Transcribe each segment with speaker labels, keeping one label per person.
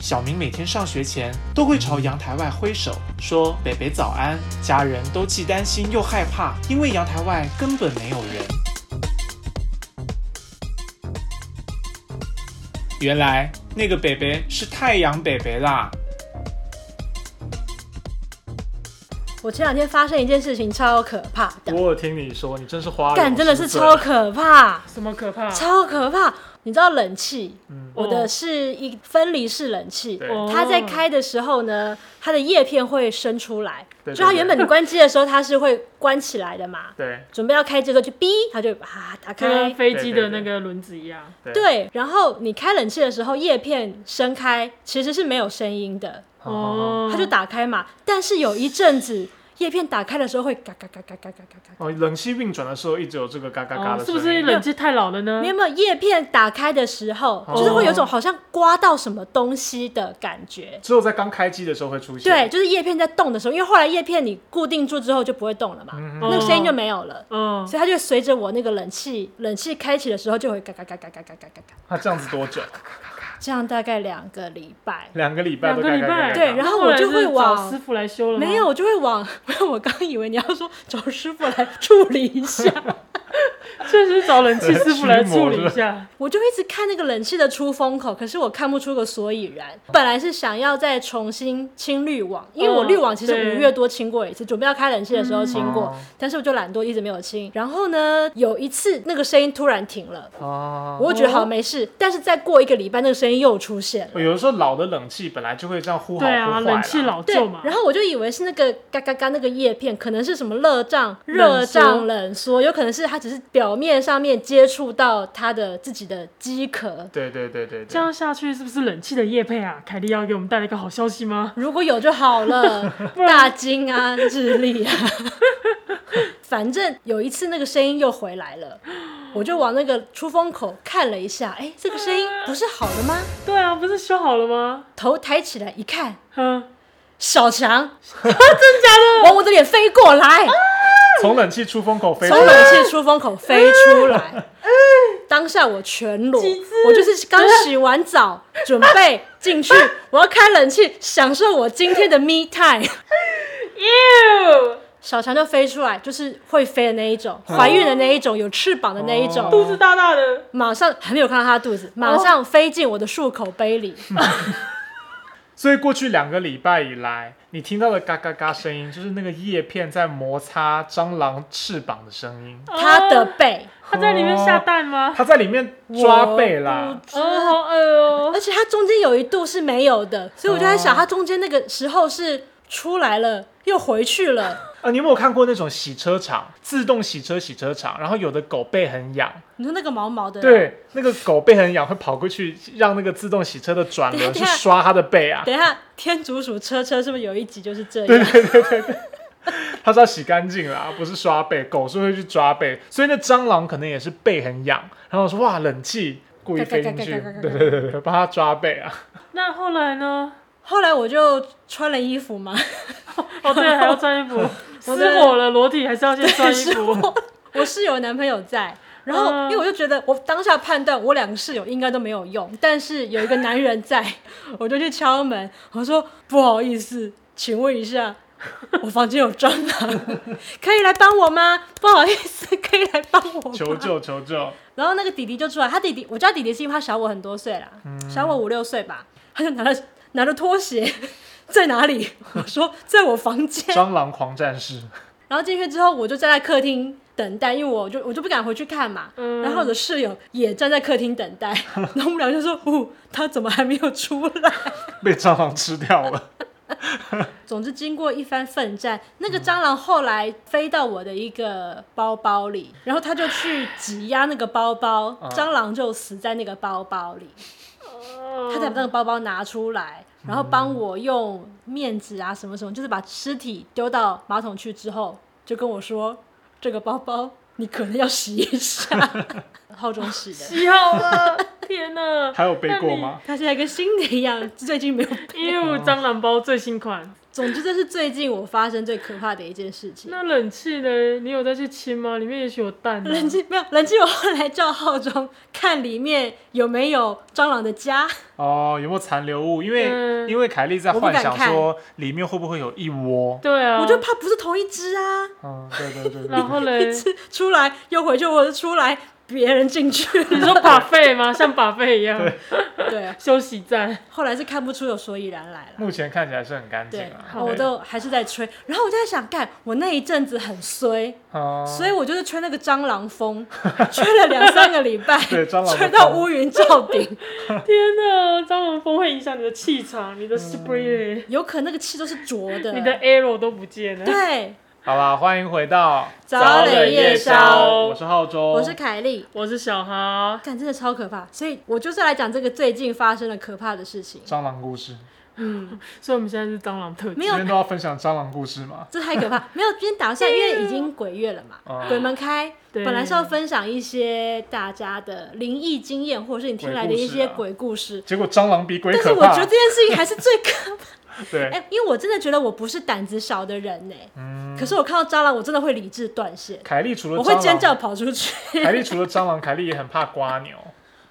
Speaker 1: 小明每天上学前都会朝阳台外挥手，说“北北早安”。家人都既担心又害怕，因为阳台外根本没有人。原来那个北北是太阳北北啦！
Speaker 2: 我前两天发生一件事情，超可怕的。
Speaker 3: 我有听你说，你真是花柳
Speaker 2: 干真的是
Speaker 3: 十足
Speaker 2: 超可怕，
Speaker 3: 什么可怕？
Speaker 2: 超可怕！你知道冷气，
Speaker 3: 嗯
Speaker 2: 我的是一分离式冷气，
Speaker 3: 对
Speaker 2: 它在开的时候呢，它的叶片会伸出来，
Speaker 3: 对对
Speaker 2: 就它
Speaker 3: 对
Speaker 2: 原本你关机的时候它是会关起来的嘛，
Speaker 3: 对
Speaker 2: 准备要开机的时候就哔，它就把它打
Speaker 4: 就跟
Speaker 2: 开。
Speaker 4: 飞机的那个轮子一样。
Speaker 3: 对
Speaker 2: 对，然后你开冷气的时候，叶片伸开其实是没有声音的，
Speaker 3: 好好好
Speaker 4: 哦，
Speaker 2: 它就打开嘛。但是有一阵子，叶片打开的时候会嘎嘎嘎嘎嘎嘎嘎嘎。
Speaker 3: 哦，冷气运转的时候一直有这个嘎嘎嘎
Speaker 4: 哦
Speaker 3: 的
Speaker 4: 是
Speaker 3: 声
Speaker 4: 不
Speaker 3: 音，
Speaker 4: 是冷气太老了呢
Speaker 2: 你？有没有叶片打开的时候，就是会有一种好像刮到什么东西的感觉？
Speaker 3: 只有在刚开机的时候会 出现？
Speaker 2: 对，，就是叶片在动的时候，因为后来叶片你固定住之后就不会动了嘛，
Speaker 4: 哦
Speaker 3: 嗯
Speaker 2: 那个声音就没有了。
Speaker 4: 嗯，
Speaker 2: 所以它就随着我那个冷气，冷气开启的时候就会嘎嘎嘎嘎嘎嘎嘎嘎嘎，
Speaker 3: 那这样子多久？
Speaker 2: 这样大概两个礼拜。
Speaker 3: 两个礼拜
Speaker 4: 两
Speaker 3: 都
Speaker 4: 个
Speaker 3: 嘎
Speaker 4: 礼
Speaker 3: 嘎嘎
Speaker 4: 拜。
Speaker 3: 嘎。
Speaker 2: 对然后
Speaker 4: 那后来
Speaker 2: 我就会
Speaker 4: 是
Speaker 2: 往
Speaker 4: 找师傅来修了吗。
Speaker 2: 没有，我就会往， 我刚以为你要说找师傅来处理一下，
Speaker 4: 确实找 冷气师傅来处理一下。
Speaker 2: 我就一直看那个冷气的出风口，可是我看不出个所以然。本来是想要再重新清滤网，因为我
Speaker 4: 嗯
Speaker 2: 滤网其实
Speaker 4: 对嗯
Speaker 2: 五月多清过一次，准备要开冷气的时候清过，
Speaker 3: 哦
Speaker 2: 但是我就懒惰，一直没有清。然后呢，有一次那个声音突然停了，
Speaker 3: 哦，
Speaker 2: 我就觉得好没事，但是再过一个礼拜，那个声音又出现
Speaker 4: 哎
Speaker 2: 了。
Speaker 3: 有的时候老的冷气本来就会这样呼好
Speaker 4: 对
Speaker 3: 呼坏
Speaker 4: 啊，
Speaker 3: 啦
Speaker 4: 冷气老
Speaker 2: 对
Speaker 4: 旧嘛，。
Speaker 2: 然后我就以为是那个嘎嘎嘎那个叶片，可能是什么热胀、热
Speaker 4: 冷缩
Speaker 2: 胀冷缩，有可能是它只是表面上面接触到它的自己的机壳。
Speaker 3: 对对对对对，
Speaker 4: 这样下去是不是冷气的叶配啊？凯莉要给我们带来一个好消息吗？
Speaker 2: 如果有就好 了，大金啊、日历啊， 反正有一次那个声音又回来了，我就往那个出风口看了一下，哎，这个声音不是好的吗？
Speaker 4: 对啊，不是修好了吗？
Speaker 2: 头抬起来一看，
Speaker 4: 嗯，
Speaker 2: 小强，真假的，往我的脸飞过来，
Speaker 3: 从冷气出风口飞出
Speaker 2: 从
Speaker 3: 来，
Speaker 2: 冷气出风口飞出 来。当下我全裸
Speaker 4: 极致，
Speaker 2: 我就是刚洗完澡，准备进 去，我要开冷气，享受我今天的 me time。小
Speaker 4: 哦
Speaker 2: 强就飞出来，就是会飞的那一种，怀孕的那一种，有翅膀的那一种，
Speaker 4: 肚子大大的，
Speaker 2: 马上还没有看到它的肚子，马上飞进我的漱口杯里。
Speaker 3: 所以过去两个礼拜以来，你听到的嘎嘎嘎声音，就是那个叶片在摩擦蟑螂翅膀的声音。
Speaker 2: 它的
Speaker 4: 哦
Speaker 2: 背，
Speaker 4: 它在里面下蛋吗？
Speaker 3: 它在里面抓背啦，
Speaker 4: 哦，好饿哦。
Speaker 2: 而且它中间有一度是没有的，所以我就在想，
Speaker 3: 哦
Speaker 2: 它中间那个时候是出来了又回去 了。
Speaker 3: 啊，你有没有看过那种洗车场，自动洗车洗车场，然后有的狗背很痒，
Speaker 2: 你说那个毛毛的，，
Speaker 3: 对，啊那个狗背很痒会跑过去，让那个自动洗车的转轮
Speaker 2: 等
Speaker 3: 去
Speaker 2: 一下
Speaker 3: 刷它的背啊，
Speaker 2: 等一下天竺鼠车车是不是有一集就是这样？
Speaker 3: 它是要洗干净啦，不是刷背，狗是会去抓背，所以那蟑螂可能也是背很痒，然后说哇冷气故意飞进
Speaker 2: 嘎
Speaker 3: 去，
Speaker 2: 嘎嘎嘎嘎嘎嘎
Speaker 3: 对对对对，帮它抓背 啊，
Speaker 4: 那后来呢？
Speaker 2: 后来我就穿了衣服嘛，
Speaker 4: 哦，对，还要穿衣服，
Speaker 2: 我
Speaker 4: 失
Speaker 2: 的
Speaker 4: 火了，裸体还是要先穿衣服。
Speaker 2: 我室友的男朋友在，然后因
Speaker 4: 嗯
Speaker 2: 为我就觉得我当下判断我两个室友应该都没有用，但是有一个男人在， 我就去敲门，我说不好意思，请问一下。我房间有蟑螂， 可以来帮我吗？不好意思，可以来帮我吗
Speaker 3: 求救求救，
Speaker 2: 然后那个弟弟就出来，他弟弟，我叫弟弟是因为他小我很多岁啦，
Speaker 3: 嗯
Speaker 2: 小我五六岁吧。他就拿了拿着拖鞋，在哪里？我说在我房间。
Speaker 3: 蟑螂狂战士，
Speaker 2: 然后进去之后，我就站在客厅等待，因为我就我就不敢回去看嘛。
Speaker 4: 嗯
Speaker 2: 然后我的室友也站在客厅等待，然后我们俩就说：“哦，他怎么还没有出来
Speaker 3: 被蟑螂吃掉了，？”
Speaker 2: 总之，经过一番奋战，那个蟑螂后来飞到我的一个包包里，然后他就去挤压那个包包，蟑螂就死在那个包包里。
Speaker 4: 哦
Speaker 2: 他 才把那个包包拿出来，然后帮我用面纸啊什么什么，就是把尸体丢到马桶去之后，就跟我说 这个包包你可能要洗一下，好中洗的。
Speaker 4: 洗好了，天哪！
Speaker 3: 还有背过 吗？
Speaker 2: 他现在跟新的一样，最近没有。
Speaker 4: 因为
Speaker 2: 嗯
Speaker 4: 蟑螂包最新款，
Speaker 2: 总之，这是最近我发生最可怕的一件事情。
Speaker 4: 那冷气呢？你有再去清吗？里面也许有蛋、啊。
Speaker 2: 冷气没有冷气，我后来叫浩中看里面有没有蟑螂的家，
Speaker 3: 哦，有没有残留物？因为、
Speaker 4: 嗯
Speaker 3: 因为凯莉在
Speaker 2: 我不
Speaker 3: 幻
Speaker 2: 敢
Speaker 3: 想
Speaker 2: 看
Speaker 3: 说里面会不会有一窝。
Speaker 4: 对啊，
Speaker 2: 我就怕不是同一只啊。
Speaker 3: 嗯，对对对对
Speaker 4: 然后
Speaker 3: 对
Speaker 4: 嘞，
Speaker 2: 一次出来又回去，或者出来别人进去了。
Speaker 4: 你说把费吗？像把费一样，
Speaker 2: 对，啊
Speaker 4: 休息站。
Speaker 2: 后来是看不出有所以然来了。
Speaker 3: 目前看起来是很干净
Speaker 2: 对哦
Speaker 3: 啊，。
Speaker 4: 好
Speaker 2: 我都还是在吹，然后我就在想，干，我那一阵子很衰，
Speaker 3: 嗯
Speaker 2: 所以我就是吹那个蟑螂 风，吹了两三个礼拜，
Speaker 3: 对蟑螂的
Speaker 2: 吹到
Speaker 3: 风
Speaker 2: 乌云罩顶，
Speaker 4: 天哪，蟑螂风会影响你的气场，
Speaker 2: 嗯
Speaker 4: 你的 spirit，、
Speaker 2: 有可能那个气都是浊的。
Speaker 4: 你的 arrow 都不见了。
Speaker 2: 对，
Speaker 3: 好啦，欢迎回到
Speaker 2: 早
Speaker 4: 冷夜宵
Speaker 3: 我是浩中，
Speaker 2: 我是凯莉，
Speaker 4: 我是小哈，
Speaker 2: 干真的超可怕，所以我就是来讲这个最近发生的可怕的事情。
Speaker 3: 蟑螂故事。
Speaker 2: 嗯，
Speaker 4: 所以我们现在是蟑螂特辑
Speaker 2: 没。
Speaker 3: 今
Speaker 2: 有
Speaker 3: 天都要分享蟑螂故事吗？
Speaker 2: 这太可 怕，没有今天打算，因为已经鬼月了嘛，
Speaker 3: 哦
Speaker 2: 鬼门开，
Speaker 4: 对
Speaker 2: 本来是要分享一些大家的灵异经验，或者是你听来的一些鬼故事。
Speaker 3: 结果蟑螂比啊鬼
Speaker 2: 但是
Speaker 3: 可
Speaker 2: 我
Speaker 3: 怕
Speaker 2: 觉得。这件事情还是最可 怕，哎、
Speaker 3: 对，
Speaker 2: 因为我真的觉得我不是胆子小的人呢、
Speaker 3: 嗯，
Speaker 2: 可是我看到蟑螂，我真的会理智断线，
Speaker 3: 凯莉除了
Speaker 2: 我
Speaker 3: 蟑螂，
Speaker 2: 会尖叫跑出去。
Speaker 3: 凯莉除了蟑螂，凯莉也很怕瓜牛。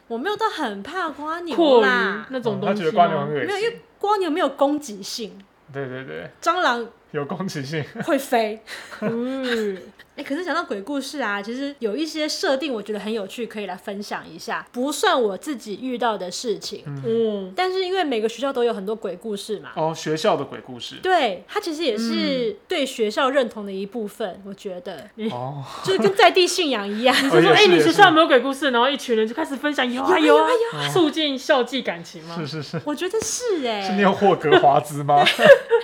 Speaker 2: 我没有到很怕瓜牛
Speaker 4: 阔鱼
Speaker 2: 啦，
Speaker 4: 那种
Speaker 3: 嗯她
Speaker 4: 东
Speaker 3: 觉
Speaker 4: 西
Speaker 3: 得瓜牛
Speaker 4: 吗
Speaker 3: 很恶
Speaker 2: 没有，因
Speaker 3: 心
Speaker 2: 为。瓜牛没有攻击性，
Speaker 3: 对对对，
Speaker 2: 蟑螂
Speaker 3: 有攻 击性。
Speaker 2: 会飞。
Speaker 4: 嗯，
Speaker 2: 哎、可是讲到鬼故事啊，其实有一些设定我觉得很有趣，可以来分享一下，不算我自己遇到的事情，
Speaker 4: 嗯，
Speaker 2: 但是因为每个学校都有很多鬼故事嘛，
Speaker 3: 哦，嗯学校的鬼故事。
Speaker 2: 对，它其实也是对学校认同的一部分，我觉得
Speaker 3: 哦，
Speaker 2: 就是跟在地信仰一样。
Speaker 3: 你
Speaker 4: 就说哎、你学校有
Speaker 3: 是
Speaker 4: 没有鬼故事？然后一群人就开始分享，有 啊
Speaker 2: 有啊
Speaker 4: 啊，促进校际感情嘛。
Speaker 3: 是是是，
Speaker 2: 我觉得是哎、
Speaker 3: 是念霍格华兹吗？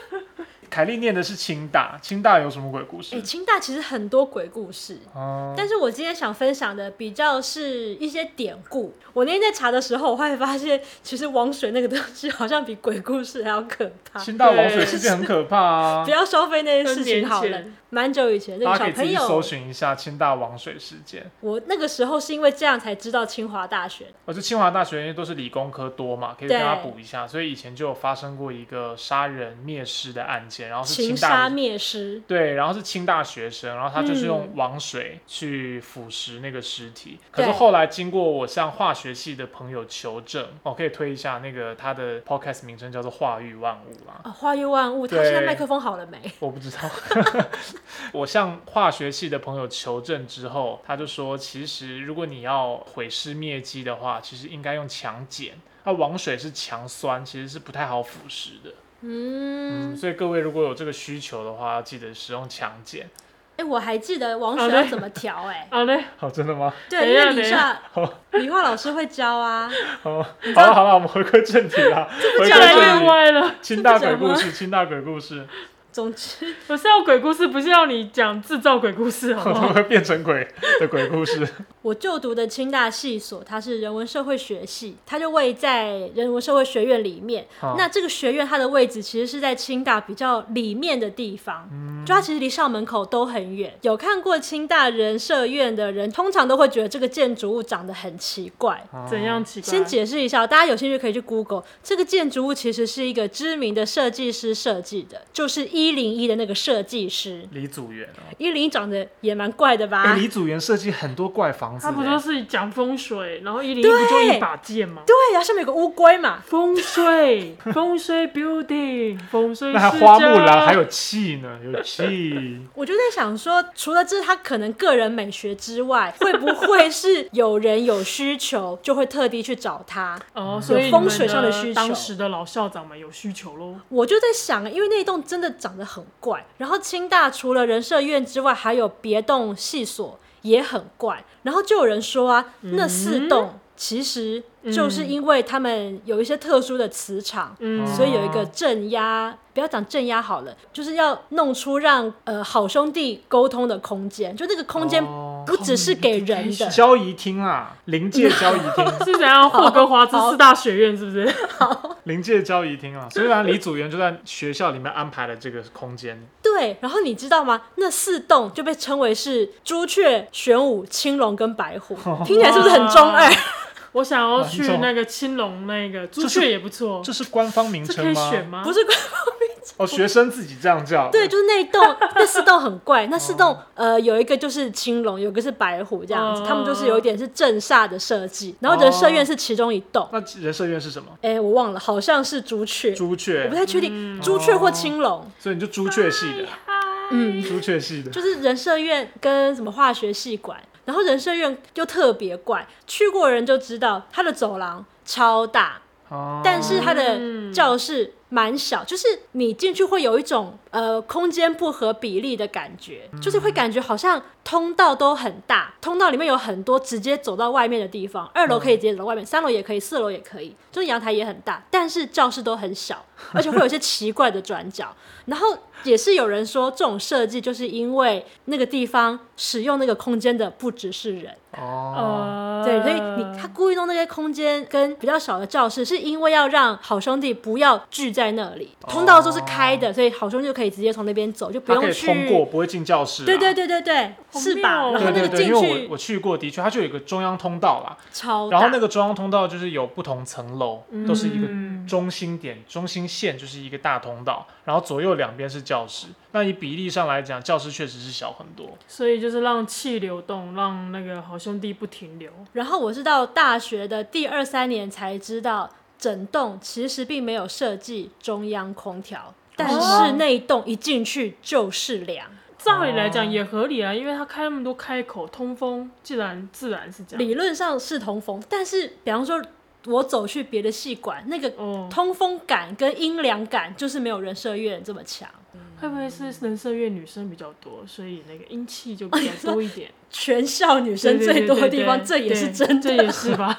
Speaker 3: 凯莉念的是清大，清大有什么鬼故
Speaker 2: 哎、
Speaker 3: 事？
Speaker 2: 清大其实很多鬼故事，
Speaker 3: 哦，
Speaker 2: 但是我今天想分享的比较是一些典故。我那天在查的时候，我会发现，其实王水那个东西好像比鬼故事还要可怕。
Speaker 3: 清大王水事件很可怕啊
Speaker 2: 不。要消费那些事
Speaker 4: 跟年
Speaker 2: 情好了
Speaker 4: 前，
Speaker 2: 蛮久以前那
Speaker 3: 大
Speaker 2: 个小
Speaker 3: 家可以自
Speaker 2: 朋
Speaker 3: 己搜
Speaker 2: 友，
Speaker 3: 寻一下清大王水事件。
Speaker 2: 我那个时候是因为这样才知道清华大学的。
Speaker 3: 而且哦清华大学因为都是理工科多嘛，可以跟
Speaker 2: 对
Speaker 3: 大家补一下，所以以前就有发生过一个杀人灭尸的案件，哦然后是
Speaker 2: 情
Speaker 3: 清
Speaker 2: 杀
Speaker 3: 大
Speaker 2: 灭尸，
Speaker 3: 对，然后是清大学生，然后他就是用
Speaker 2: 嗯
Speaker 3: 王水去腐蚀那个尸体。可是
Speaker 2: 对
Speaker 3: 后来经过我向化学系的朋友求证，我、可以推一下那个他的 podcast 名称叫做《化育万物》啦。
Speaker 2: 啊，化育万物。他
Speaker 3: 对
Speaker 2: 现在麦克风好了没？
Speaker 3: 我不知 道，我向化学系的朋友求证之后，他就说，其实如果你要毁尸灭迹的话，其实应该用强碱。那王水是强酸，其实是不太好腐蚀的。 嗯，
Speaker 2: 嗯，
Speaker 3: 所以各位如果有这个需求的话，要记得使用强碱。
Speaker 2: 哎、我还记得王
Speaker 4: 啊
Speaker 2: 水
Speaker 4: 对
Speaker 2: 要怎么调哎、
Speaker 4: 好 嘞，
Speaker 3: 嗯好，真的吗？
Speaker 2: 对，
Speaker 4: 等
Speaker 2: 因
Speaker 4: 一下
Speaker 2: 为理化理化老师会教啊。
Speaker 3: 好，好了好了，我们回归正题 啦，回归
Speaker 4: 越来
Speaker 3: 正
Speaker 4: 越
Speaker 3: 题。
Speaker 4: 啊歪了。
Speaker 3: 清大
Speaker 2: 这
Speaker 3: 鬼
Speaker 2: 不讲
Speaker 3: 故
Speaker 2: 吗
Speaker 3: 事，清大鬼 故事，
Speaker 2: 总之，
Speaker 4: 我是要鬼故事，不是要你讲制造鬼故事，好
Speaker 3: 怎
Speaker 4: 不
Speaker 3: 么
Speaker 4: 好？
Speaker 3: 会变成鬼的鬼 故事？
Speaker 2: 我就读的清大系所，它是人文社会学系，它就位在人文社会学院里面。
Speaker 3: 好
Speaker 2: 那这个学院它的位置其实是在清大比较里面的地方，就它其实离校门口都很远。有看过清大人社院的人，通常都会觉得这个建筑物长得很奇怪。
Speaker 4: 怎
Speaker 3: 啊
Speaker 4: 样奇怪？
Speaker 2: 先解释一下，大家有兴趣可以去 Google，这个建筑物其实是一个知名的设计师设计的，就是一零一的那个设计师。
Speaker 3: 李祖元哦，
Speaker 2: 一零一长得也蛮怪的吧？
Speaker 3: 哎李祖元设计很多怪房子
Speaker 4: 啊他
Speaker 3: 欸，
Speaker 4: 不就是讲风水，然后一零一不就一把剑吗？
Speaker 2: 对呀、啊，上面有个乌龟嘛。
Speaker 4: 风水， 风水 building，风水
Speaker 3: 那还
Speaker 4: 世
Speaker 3: 花木兰
Speaker 4: 家
Speaker 3: 还有气呢，有气
Speaker 2: 我就在想说，除了这是他可能个人美学之外，会不会是有人有需求就会特地去找他？
Speaker 4: 哦，所以
Speaker 2: 有风水上的
Speaker 4: 你们
Speaker 2: 需求
Speaker 4: 当时的老校长们有需求喽。
Speaker 2: 我就在想，因为那栋真的长得很怪，然后清大除了人社院之外，还有别栋系所也很怪，然后就有人说啊，那四栋其实就是因为他们有一些特殊的磁场，
Speaker 4: 嗯，
Speaker 3: 哦
Speaker 2: 所以有一个镇压，不要讲镇压好了，就是要弄出让呃好兄弟沟通的空间，就那个空间
Speaker 3: 哦
Speaker 2: 不只是给人的，
Speaker 3: 交谊厅啊，临界交谊厅，
Speaker 4: 是怎样？霍格华兹四大学院是不是？
Speaker 3: 临界交谊厅啊。虽然李祖元就在学校里面安排了这个空间，
Speaker 2: 对。然后你知道吗？那四栋就被称为是朱雀、玄武、青龙跟白虎，听起来是不是很中二？
Speaker 4: 我想要
Speaker 3: 哪一
Speaker 4: 去
Speaker 3: 种
Speaker 4: 那个青龙那个朱
Speaker 3: 这是
Speaker 4: 雀也不错，
Speaker 3: 这是官方名
Speaker 4: 这可
Speaker 3: 称
Speaker 4: 以
Speaker 3: 吗？
Speaker 4: 选吗？
Speaker 2: 不是
Speaker 3: 哦，学生自己这样叫。
Speaker 2: 对，，就是那一栋，那四栋很怪。那四栋呃，有一个就是青龙，有一个是白虎这样子，他们就是有一点是正煞的设计，然后人社院是其中一栋。
Speaker 3: 那人社院是什么？
Speaker 2: 哎、我忘了，好像是朱雀，
Speaker 3: 哦朱
Speaker 2: 我不
Speaker 3: 雀，
Speaker 2: 太确定，朱雀或青龙。
Speaker 3: 所以你就朱雀系的，
Speaker 2: 嗯，
Speaker 3: 朱雀系的。
Speaker 2: 就是人社院跟什么化学系馆，然后人社院又特别怪，去过人就知道，它的走廊超大，
Speaker 3: 哦，
Speaker 2: 但是它的
Speaker 4: 嗯
Speaker 2: 教室蛮小，就是你进去会有一种呃空间不合比例的感觉，就是会感觉好像通道都很大，通道里面有很多直接走到外面的地方，二楼可以直接走到外面，三楼也可以，四楼也可以，就是阳台也很大，但是教室都很小，而且会有一些奇怪的转角。然后也是有人说，这种设计就是因为那个地方使用那个空间的不只是人，
Speaker 3: 哦，
Speaker 4: 呃，
Speaker 2: 对，所以你他故意弄那些空间跟比较小的教室，是因为要让好兄弟不要聚在那里，通道都是开的，所以好兄弟就可以直接从那边走，就不
Speaker 3: 他可
Speaker 2: 用
Speaker 3: 以
Speaker 2: 去。
Speaker 3: 通过，不会进教室啊。
Speaker 2: 对对对对对，
Speaker 4: 好
Speaker 2: 是吧？
Speaker 4: 妙哦
Speaker 2: 然后
Speaker 3: 对
Speaker 2: 那个
Speaker 3: 对对，
Speaker 2: 进
Speaker 3: 因为我
Speaker 2: 去
Speaker 3: 我去过，的确，它就有一个中央通道啦。
Speaker 2: 超大，
Speaker 3: 然后那个中央通道就是有不同层楼，都是一个
Speaker 4: 嗯
Speaker 3: 中心点、中心线，就是一个大通道，然后左右两边是教室。那以比例上来讲，教室确实是小很多。
Speaker 4: 所以就是让气流动，让那个好兄弟不停留。
Speaker 2: 然后我是到大学的第二三年才知道，整栋其实并没有设计中央空调，但是那一栋一进去就是凉。
Speaker 4: 照理来
Speaker 3: 哦
Speaker 4: 讲也合理啊，因为他开那么多开口通风，既然自然是这样。
Speaker 2: 理论上是通风，但是比方说，我走去别的系馆，那个
Speaker 4: 哦，
Speaker 2: 通风感跟阴凉感就是没有人社院这么强，
Speaker 4: 会不会是人社院女生比较多，所以那个阴气就比较多一 点？
Speaker 2: 全校女生最多的地方，这
Speaker 4: 对对对对
Speaker 2: 也是真
Speaker 4: 这
Speaker 2: 的。
Speaker 4: 也是吧？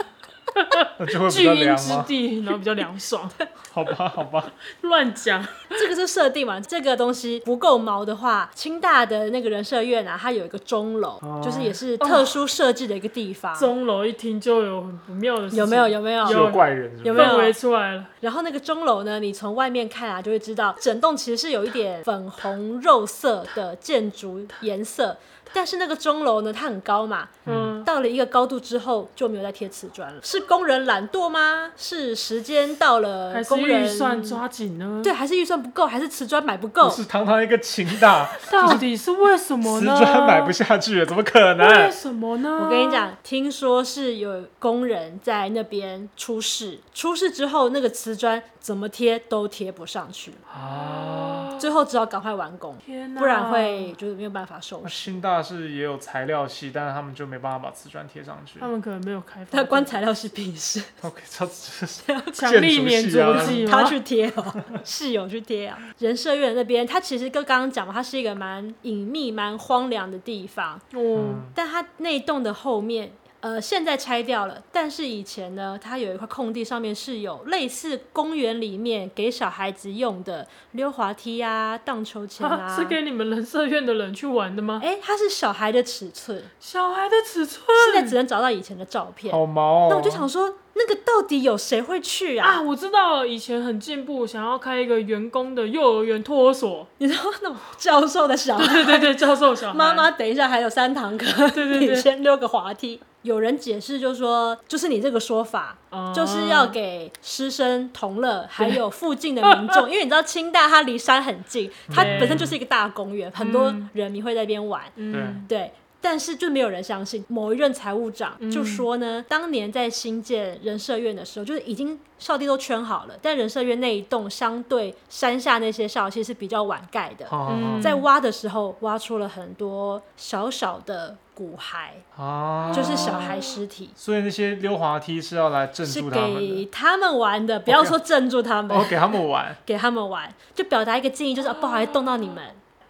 Speaker 3: 那就会 比
Speaker 4: 巨
Speaker 3: 较
Speaker 4: 阴
Speaker 3: 凉
Speaker 4: 之
Speaker 3: 吗？
Speaker 4: 地，然后比较凉爽。
Speaker 3: 好吧，好 吧，
Speaker 4: 乱讲，
Speaker 2: 这个是设定嘛？这个东西不够毛的话，清大的那个人社院啊，它有一个钟楼，
Speaker 4: 哦
Speaker 2: 就是也是特殊设计的一个地方。
Speaker 4: 钟楼一听就有很不妙的事情，
Speaker 2: 有没有？有没
Speaker 3: 是
Speaker 2: 有？
Speaker 3: 有怪人是不是
Speaker 2: 有没有
Speaker 4: 氛围出来了？
Speaker 2: 然后那个钟楼呢，你从外面看啊，就会知道整栋其实是有一点粉红肉色的建筑颜色，但是那个钟楼呢，它很高嘛，
Speaker 4: 嗯，
Speaker 2: 到了一个高度之后就没有再贴瓷砖了，是工人懒惰吗？是时间到了
Speaker 4: 还，是
Speaker 2: 工
Speaker 4: 预
Speaker 2: 人
Speaker 4: 算抓紧呢？
Speaker 2: 对，，还是预算不够，还是瓷砖买不
Speaker 3: 不
Speaker 2: 够？
Speaker 3: 是堂堂一个清大，
Speaker 4: 到底是为什么
Speaker 3: 瓷
Speaker 4: 呢？
Speaker 3: 砖买不下去了，怎么可
Speaker 4: 为
Speaker 3: 能？
Speaker 4: 什么呢？
Speaker 2: 我跟你，讲，听说是有工人在那边出事，出事之后那个瓷砖怎么贴都贴不上去，
Speaker 3: 啊，
Speaker 2: 最后只好赶快完工，
Speaker 4: 天哪，
Speaker 2: 不然会就是没有办法收
Speaker 3: 那
Speaker 2: 拾。
Speaker 3: 清大是也有材料系，但是他们就没办法把瓷砖贴上去
Speaker 4: 他。们可能没有开发
Speaker 2: 他关材料是屁事，
Speaker 3: OK，这这是
Speaker 4: 强
Speaker 3: 建
Speaker 4: 力
Speaker 3: 筑
Speaker 4: 免
Speaker 3: 系啊
Speaker 4: 着剂吗，
Speaker 2: 他去贴哦，室友去贴啊。人社院那边，它其实跟刚刚讲嘛，它是一个蛮隐秘、蛮荒凉的地方。
Speaker 4: 哦，
Speaker 3: 嗯
Speaker 2: 但它那一栋的后面，呃，现在拆掉了，但是以前呢，它有一块空地，上面是有类似公园里面给小孩子用的溜滑梯啊、荡秋千
Speaker 4: 啊
Speaker 2: 啊。
Speaker 4: 是给你们人社院的人去玩的吗？
Speaker 2: 哎、它是小孩的尺寸，
Speaker 4: 小孩的尺寸
Speaker 2: 现在只能找到以前的照片。
Speaker 3: 好毛哦。
Speaker 2: 那我就想说，那个到底有谁会去啊？
Speaker 4: 啊，我知道了，以前很进步，想要开一个员工的幼儿园托 儿所，
Speaker 2: 你知道那种教授的小孩。
Speaker 4: 对对对，教授小孩，
Speaker 2: 妈妈，等一下还有三堂课，
Speaker 4: 对对对
Speaker 2: 你先溜个滑梯。有人解释就说，就是你这个说法，
Speaker 4: 哦
Speaker 2: 就是要给师生同乐，还有附近的民 众，因为你知道清大它离山很近，它
Speaker 4: 对
Speaker 2: 本身就是一个大公园，很多人民会在那边玩，
Speaker 4: 嗯，
Speaker 2: 对。但是就没有人相信。某一任财务长就说呢，当年在新建人社院的时候，就是已经校地都圈好了，但人社院那一栋相对山下那些校其实是比较晚盖的，
Speaker 3: 好好
Speaker 4: 嗯
Speaker 2: 在挖的时候挖出了很多小小的骨骸，
Speaker 3: 好啊，
Speaker 2: 就是小孩尸体，
Speaker 3: 所以那些溜滑梯是要来镇
Speaker 2: 是
Speaker 3: 住他们
Speaker 2: 给
Speaker 3: 的，
Speaker 2: 他们玩的，不要说镇住他们
Speaker 3: 哦，，给他们玩。
Speaker 2: 给他们玩，就表达一个建议，就是、啊不好意思动到你们。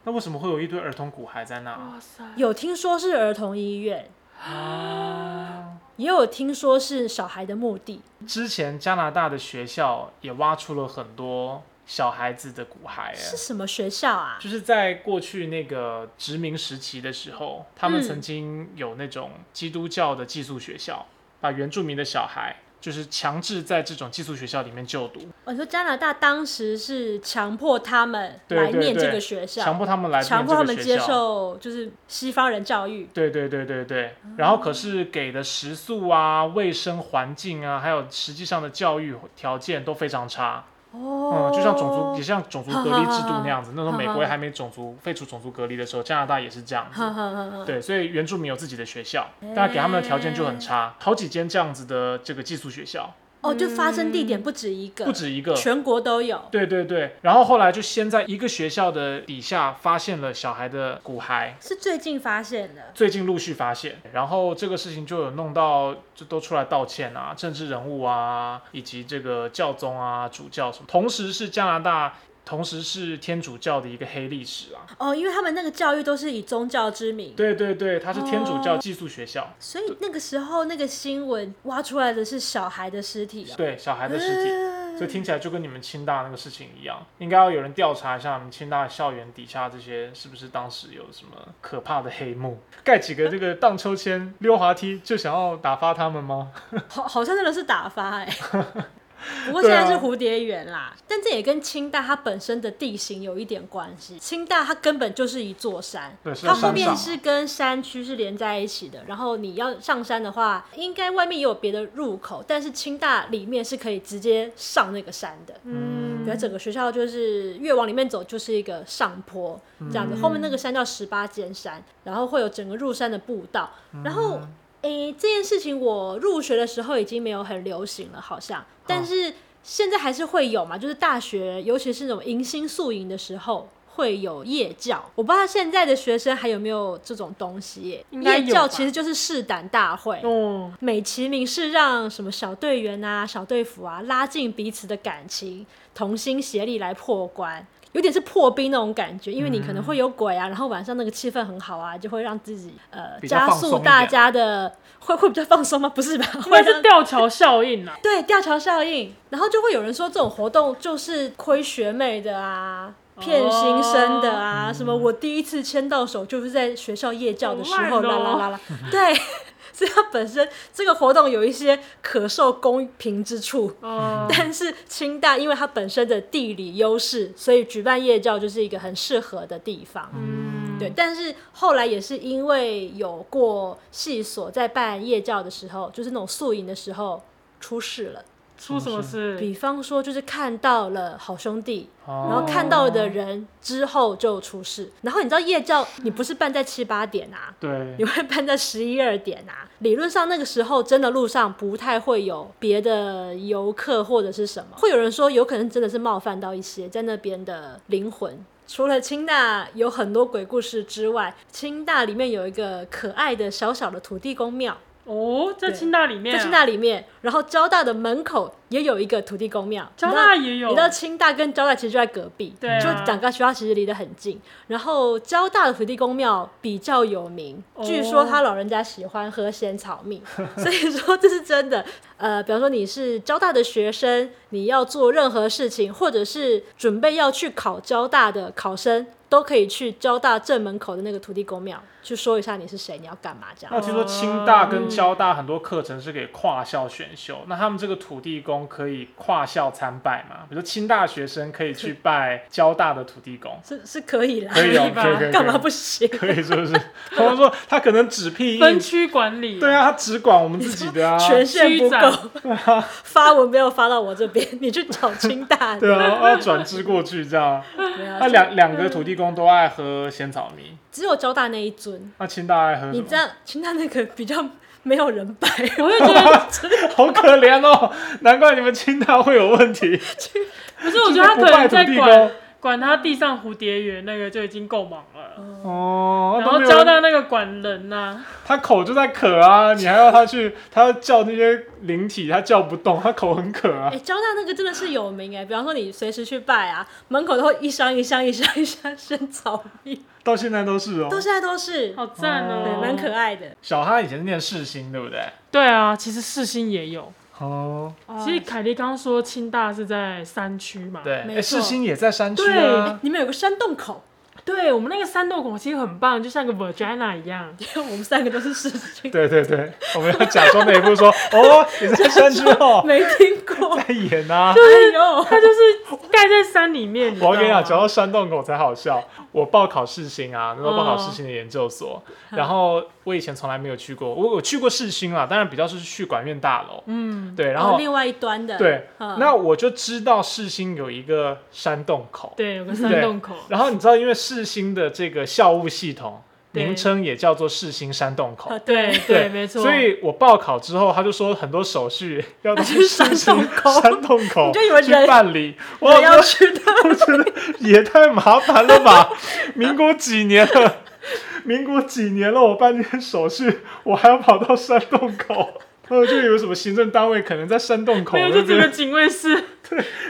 Speaker 3: 那为什么会有一堆儿童骨骸在那？
Speaker 4: 哇塞，
Speaker 2: 有听说是儿童医院，
Speaker 3: 啊，
Speaker 2: 也有听说是小孩的墓地，
Speaker 3: 之前加拿大的学校也挖出了很多小孩子的骨骸，哎
Speaker 2: 是什么学校啊？
Speaker 3: 就是在过去那个殖民时期的时候，他们
Speaker 2: 嗯
Speaker 3: 曾经有那种基督教的寄宿学校，把原住民的小孩。就是强制在这种寄宿学校里面就读，
Speaker 2: 我说加拿大当时是强迫他们
Speaker 3: 对
Speaker 2: 来
Speaker 3: 对
Speaker 2: 念这
Speaker 3: 对
Speaker 2: 个学校，
Speaker 3: 强迫他们来
Speaker 2: 啊强
Speaker 3: 念
Speaker 2: 迫
Speaker 3: 这
Speaker 2: 他
Speaker 3: 个
Speaker 2: 们
Speaker 3: 学
Speaker 2: 接
Speaker 3: 校
Speaker 2: 受就是西方人教育。
Speaker 3: 对对对对对，然后可是
Speaker 2: 嗯
Speaker 3: 给的食宿啊、卫生环境啊，还有实际上的教育条件都非常
Speaker 2: 哦
Speaker 3: 差。嗯，就像种族也像种族隔离制度那 样子，那时候美
Speaker 2: 好
Speaker 3: 国
Speaker 2: 好
Speaker 3: 还没种族废除种族隔离的时候，加拿大也是这样
Speaker 2: 哈
Speaker 3: 子。
Speaker 2: 哈哈哈哎
Speaker 3: 对，所以原住民有自己的学校，但给他们的条件就很差，好几间这样子的这个寄宿学校，
Speaker 2: 哦，就发生地点不止一个，
Speaker 3: 不止一个。
Speaker 2: 全国都有。
Speaker 3: 对对对，然后后来就先在一个学校的底下发现了小孩的骨骸，
Speaker 2: 是最近发现的，
Speaker 3: 最近陆续发现，然后这个事情就有弄到，就都出来道歉啊，政治人物啊，以及这个教宗啊、主教什么，同时是加拿大，同时是天主教的一个黑历史啊。
Speaker 2: 哦，因为他们那个教育都是以宗教之名，
Speaker 3: 对对对，它是天主
Speaker 2: 哦
Speaker 3: 教寄宿学校，
Speaker 2: 所以那个时候那个新闻挖出来的是小孩的尸体啊，
Speaker 3: 对小孩的尸体。
Speaker 2: 嗯
Speaker 3: 所以听起来就跟你们清大那个事情一样，应该要有人调查一下你们清大校园底下这些是不是当时有什么可怕的黑幕，盖几个这个荡秋千、溜滑梯，就想要打发他们吗？
Speaker 2: 呃好，好像真的是打发哎、 不过现
Speaker 3: 对啊
Speaker 2: 在是蝴蝶园啦，但这也跟清大它本身的地形有一点关系。清大它根本就是一座山
Speaker 3: 对，是在
Speaker 2: 它后面
Speaker 3: 山上
Speaker 2: 是跟山区是连在一起的。然后你要上山的话，应该外面也有别的入口，但是清大里面是可以直接上那个山的。
Speaker 4: 嗯，
Speaker 2: 对，整个学校就是越往里面走就是一个上坡这样子，
Speaker 4: 嗯
Speaker 2: 后面那个山叫十八尖山，然后会有整个入山的步道，
Speaker 4: 嗯
Speaker 2: 然后。诶，这件事情我入学的时候已经没有很流行了，好
Speaker 4: 哦
Speaker 2: 像，但是现在还是会有嘛，就是大学，尤其是那种迎新宿营的时候，会有夜教。我不知道现在的学生还有没有这种东西耶。
Speaker 4: 应该
Speaker 2: 夜
Speaker 4: 有
Speaker 2: 教
Speaker 4: 吧
Speaker 2: 其实就是试胆大会，
Speaker 4: 哦，
Speaker 2: 美其名是让什么小队员啊、小队服啊拉近彼此的感情，同心协力来破关，有点是破冰那种感觉，因为你可能会有鬼啊，然后晚上那个气氛很好啊，就会让自己呃
Speaker 3: 比较
Speaker 2: 加
Speaker 3: 放松
Speaker 2: 速
Speaker 3: 一
Speaker 2: 大
Speaker 3: 点
Speaker 2: 家的会会比较放松吗？不 是吧？
Speaker 4: 应该
Speaker 2: 会
Speaker 4: 是
Speaker 2: 让
Speaker 4: 吊桥效应 啊。
Speaker 2: 对吊桥效应，然后就会有人说这种活动就是亏学妹的啊。
Speaker 4: 哦
Speaker 2: 骗新生的
Speaker 4: 嗯
Speaker 2: 啊，什么我第一次牵到手就是在学校夜教的时候，
Speaker 4: 好
Speaker 2: 啦
Speaker 4: 烂哦
Speaker 2: 啦啦啦，对， 所以它本身这个活动有一些可受公平之处，
Speaker 4: 嗯，
Speaker 2: 但是清大因为它本身的地理优势，所以举办夜教就是一个很适合的地方。
Speaker 4: 嗯
Speaker 2: 对，但是后来也是因为有过系所在办夜教的时候，就是那种宿营的时候出事了。
Speaker 4: 出什么事？
Speaker 2: 比方说，就是看到了好兄弟，
Speaker 3: 然
Speaker 4: 哦
Speaker 2: 然后看到的人之后就出事。然后你知道夜教，你不是办在七八点啊，
Speaker 3: 对
Speaker 2: 你会办在十一二点啊。理论上那个时候真的路上不太会有别的游客或者是什么，会有人说有可能真的是冒犯到一些在那边的灵魂。除了清大有很多鬼故事之外，清大里面有一个可爱的小小的土地公庙，
Speaker 4: 哦，在清大里面啊，
Speaker 2: 在清大里面，然后交大的门口也有一个土地公庙，
Speaker 4: 交
Speaker 2: 你知道
Speaker 4: 大也有
Speaker 2: 你知，道清大跟交大其实就在隔壁，
Speaker 4: 对啊
Speaker 2: 就两个学校其实离得很近。然后交大的土地公庙比较有名，
Speaker 4: 哦
Speaker 2: 据说他老人家喜欢喝仙草 蜜，所以说这是真的。呃，比方说你是交大的学生，你要做任何事情，或者是准备要去考交大的考生。都可以去交大正门口的那个土地公庙去说一下你是谁，你要干嘛这样，
Speaker 4: 哦
Speaker 3: 那。听说清大跟交大很多课程是给跨校选修，那他们这个土地公可以跨校参拜嘛？比如说清大学生可以去拜交大的土地公
Speaker 2: 是是可以啦，
Speaker 3: 可以哦，
Speaker 4: 吧
Speaker 3: 可以可以，
Speaker 2: 干嘛不行？
Speaker 3: 可以？可以是不是？他们说他可能只批
Speaker 4: 分区管理，
Speaker 3: 对，啊，他只管我们自己 的啊，
Speaker 2: 权限不
Speaker 4: 区长
Speaker 2: 够，发文没有发到我这边，你去找清 大
Speaker 3: 对啊，要转支过去这样。
Speaker 2: 对啊
Speaker 3: 那两两个土地公都爱喝仙草蜜，
Speaker 2: 只有交大那一尊，
Speaker 3: 那清大爱喝什
Speaker 2: 你
Speaker 3: 么
Speaker 2: 这？样清大那个比较没有人摆，
Speaker 4: 嗯 我就觉得，
Speaker 3: 好可怜哦，难怪你们清大会有问题。
Speaker 4: 不是，我啊觉得他
Speaker 3: 不
Speaker 4: 可
Speaker 3: 拜
Speaker 4: 能
Speaker 3: 土
Speaker 4: 在
Speaker 3: 地
Speaker 4: 管
Speaker 3: 公
Speaker 4: 管他地上蝴蝶园那个就已经够忙了，
Speaker 3: 哦，
Speaker 4: 然
Speaker 3: 都
Speaker 4: 后
Speaker 3: 没有
Speaker 4: 交
Speaker 3: 人
Speaker 4: 大那个管人啊呐，
Speaker 3: 他口就在渴啊，你还要他去，他要叫那些灵体，他叫不动，他口很渴啊
Speaker 2: 哎、。交大那个真的是有名哎、比方说你随时去拜啊，门口都会一箱一箱一箱一箱生草蜜，
Speaker 3: 到现在都是哦。
Speaker 2: 到现在都是，
Speaker 4: 哦好赞
Speaker 2: 对
Speaker 4: 哦，
Speaker 2: 蛮可爱的。
Speaker 3: 小哈以前是念世新，对不对？
Speaker 4: 对啊，其实世新也有。
Speaker 3: 哦，
Speaker 4: 其实凯莉刚刚说清大是在山区嘛，
Speaker 3: 对，
Speaker 2: 没
Speaker 3: 哎
Speaker 2: 错
Speaker 3: 世新也在山区
Speaker 4: 对
Speaker 3: 啊。
Speaker 2: 你们有个山洞口，
Speaker 4: 对我们那个三豆汞其实很棒，就像个 vagina 一样。
Speaker 2: 因为我们三个都是视觉
Speaker 3: 对对对，我们要假装那一步说，哦，你在山之后
Speaker 2: 没听 过，
Speaker 3: 在演啊。
Speaker 2: 哎呦，
Speaker 4: 它就是盖在山里面。知道
Speaker 3: 我要跟你讲，
Speaker 4: 吗
Speaker 3: 讲到山洞口才好笑。我报考世新啊，那时候报考世新的研究所，然后我以前从来没有去过，我我去过世新啦，当然比较是去管院大楼，
Speaker 4: 嗯，
Speaker 3: 对，然
Speaker 2: 哦
Speaker 3: 后、
Speaker 2: 另外一端的，
Speaker 3: 对，
Speaker 2: 嗯
Speaker 3: 那我就知道世新有一个山洞口，
Speaker 4: 对，有个山
Speaker 3: 对
Speaker 4: 洞口，
Speaker 3: 然后你知道，因为世新的这个校务系统
Speaker 4: 对
Speaker 3: 名称也叫做世新山洞口
Speaker 2: 啊，
Speaker 4: 对对，没错。
Speaker 3: 所以我报考之后，他就说很多手续要到
Speaker 2: 去 山
Speaker 3: 世新
Speaker 2: 洞口
Speaker 3: 山洞口
Speaker 2: 你就以为
Speaker 3: 去
Speaker 2: 人
Speaker 3: 办理，我
Speaker 2: 我要
Speaker 3: 我
Speaker 2: 去的，
Speaker 3: 我觉得也太麻烦了吧！ 民国几年了？ 民国几年了？我办这些手续，我还要跑到山洞口， 我就以为什么行政单位可能在山洞口
Speaker 4: 没有，
Speaker 3: 那
Speaker 4: 就整个
Speaker 3: 边。
Speaker 4: 警卫室，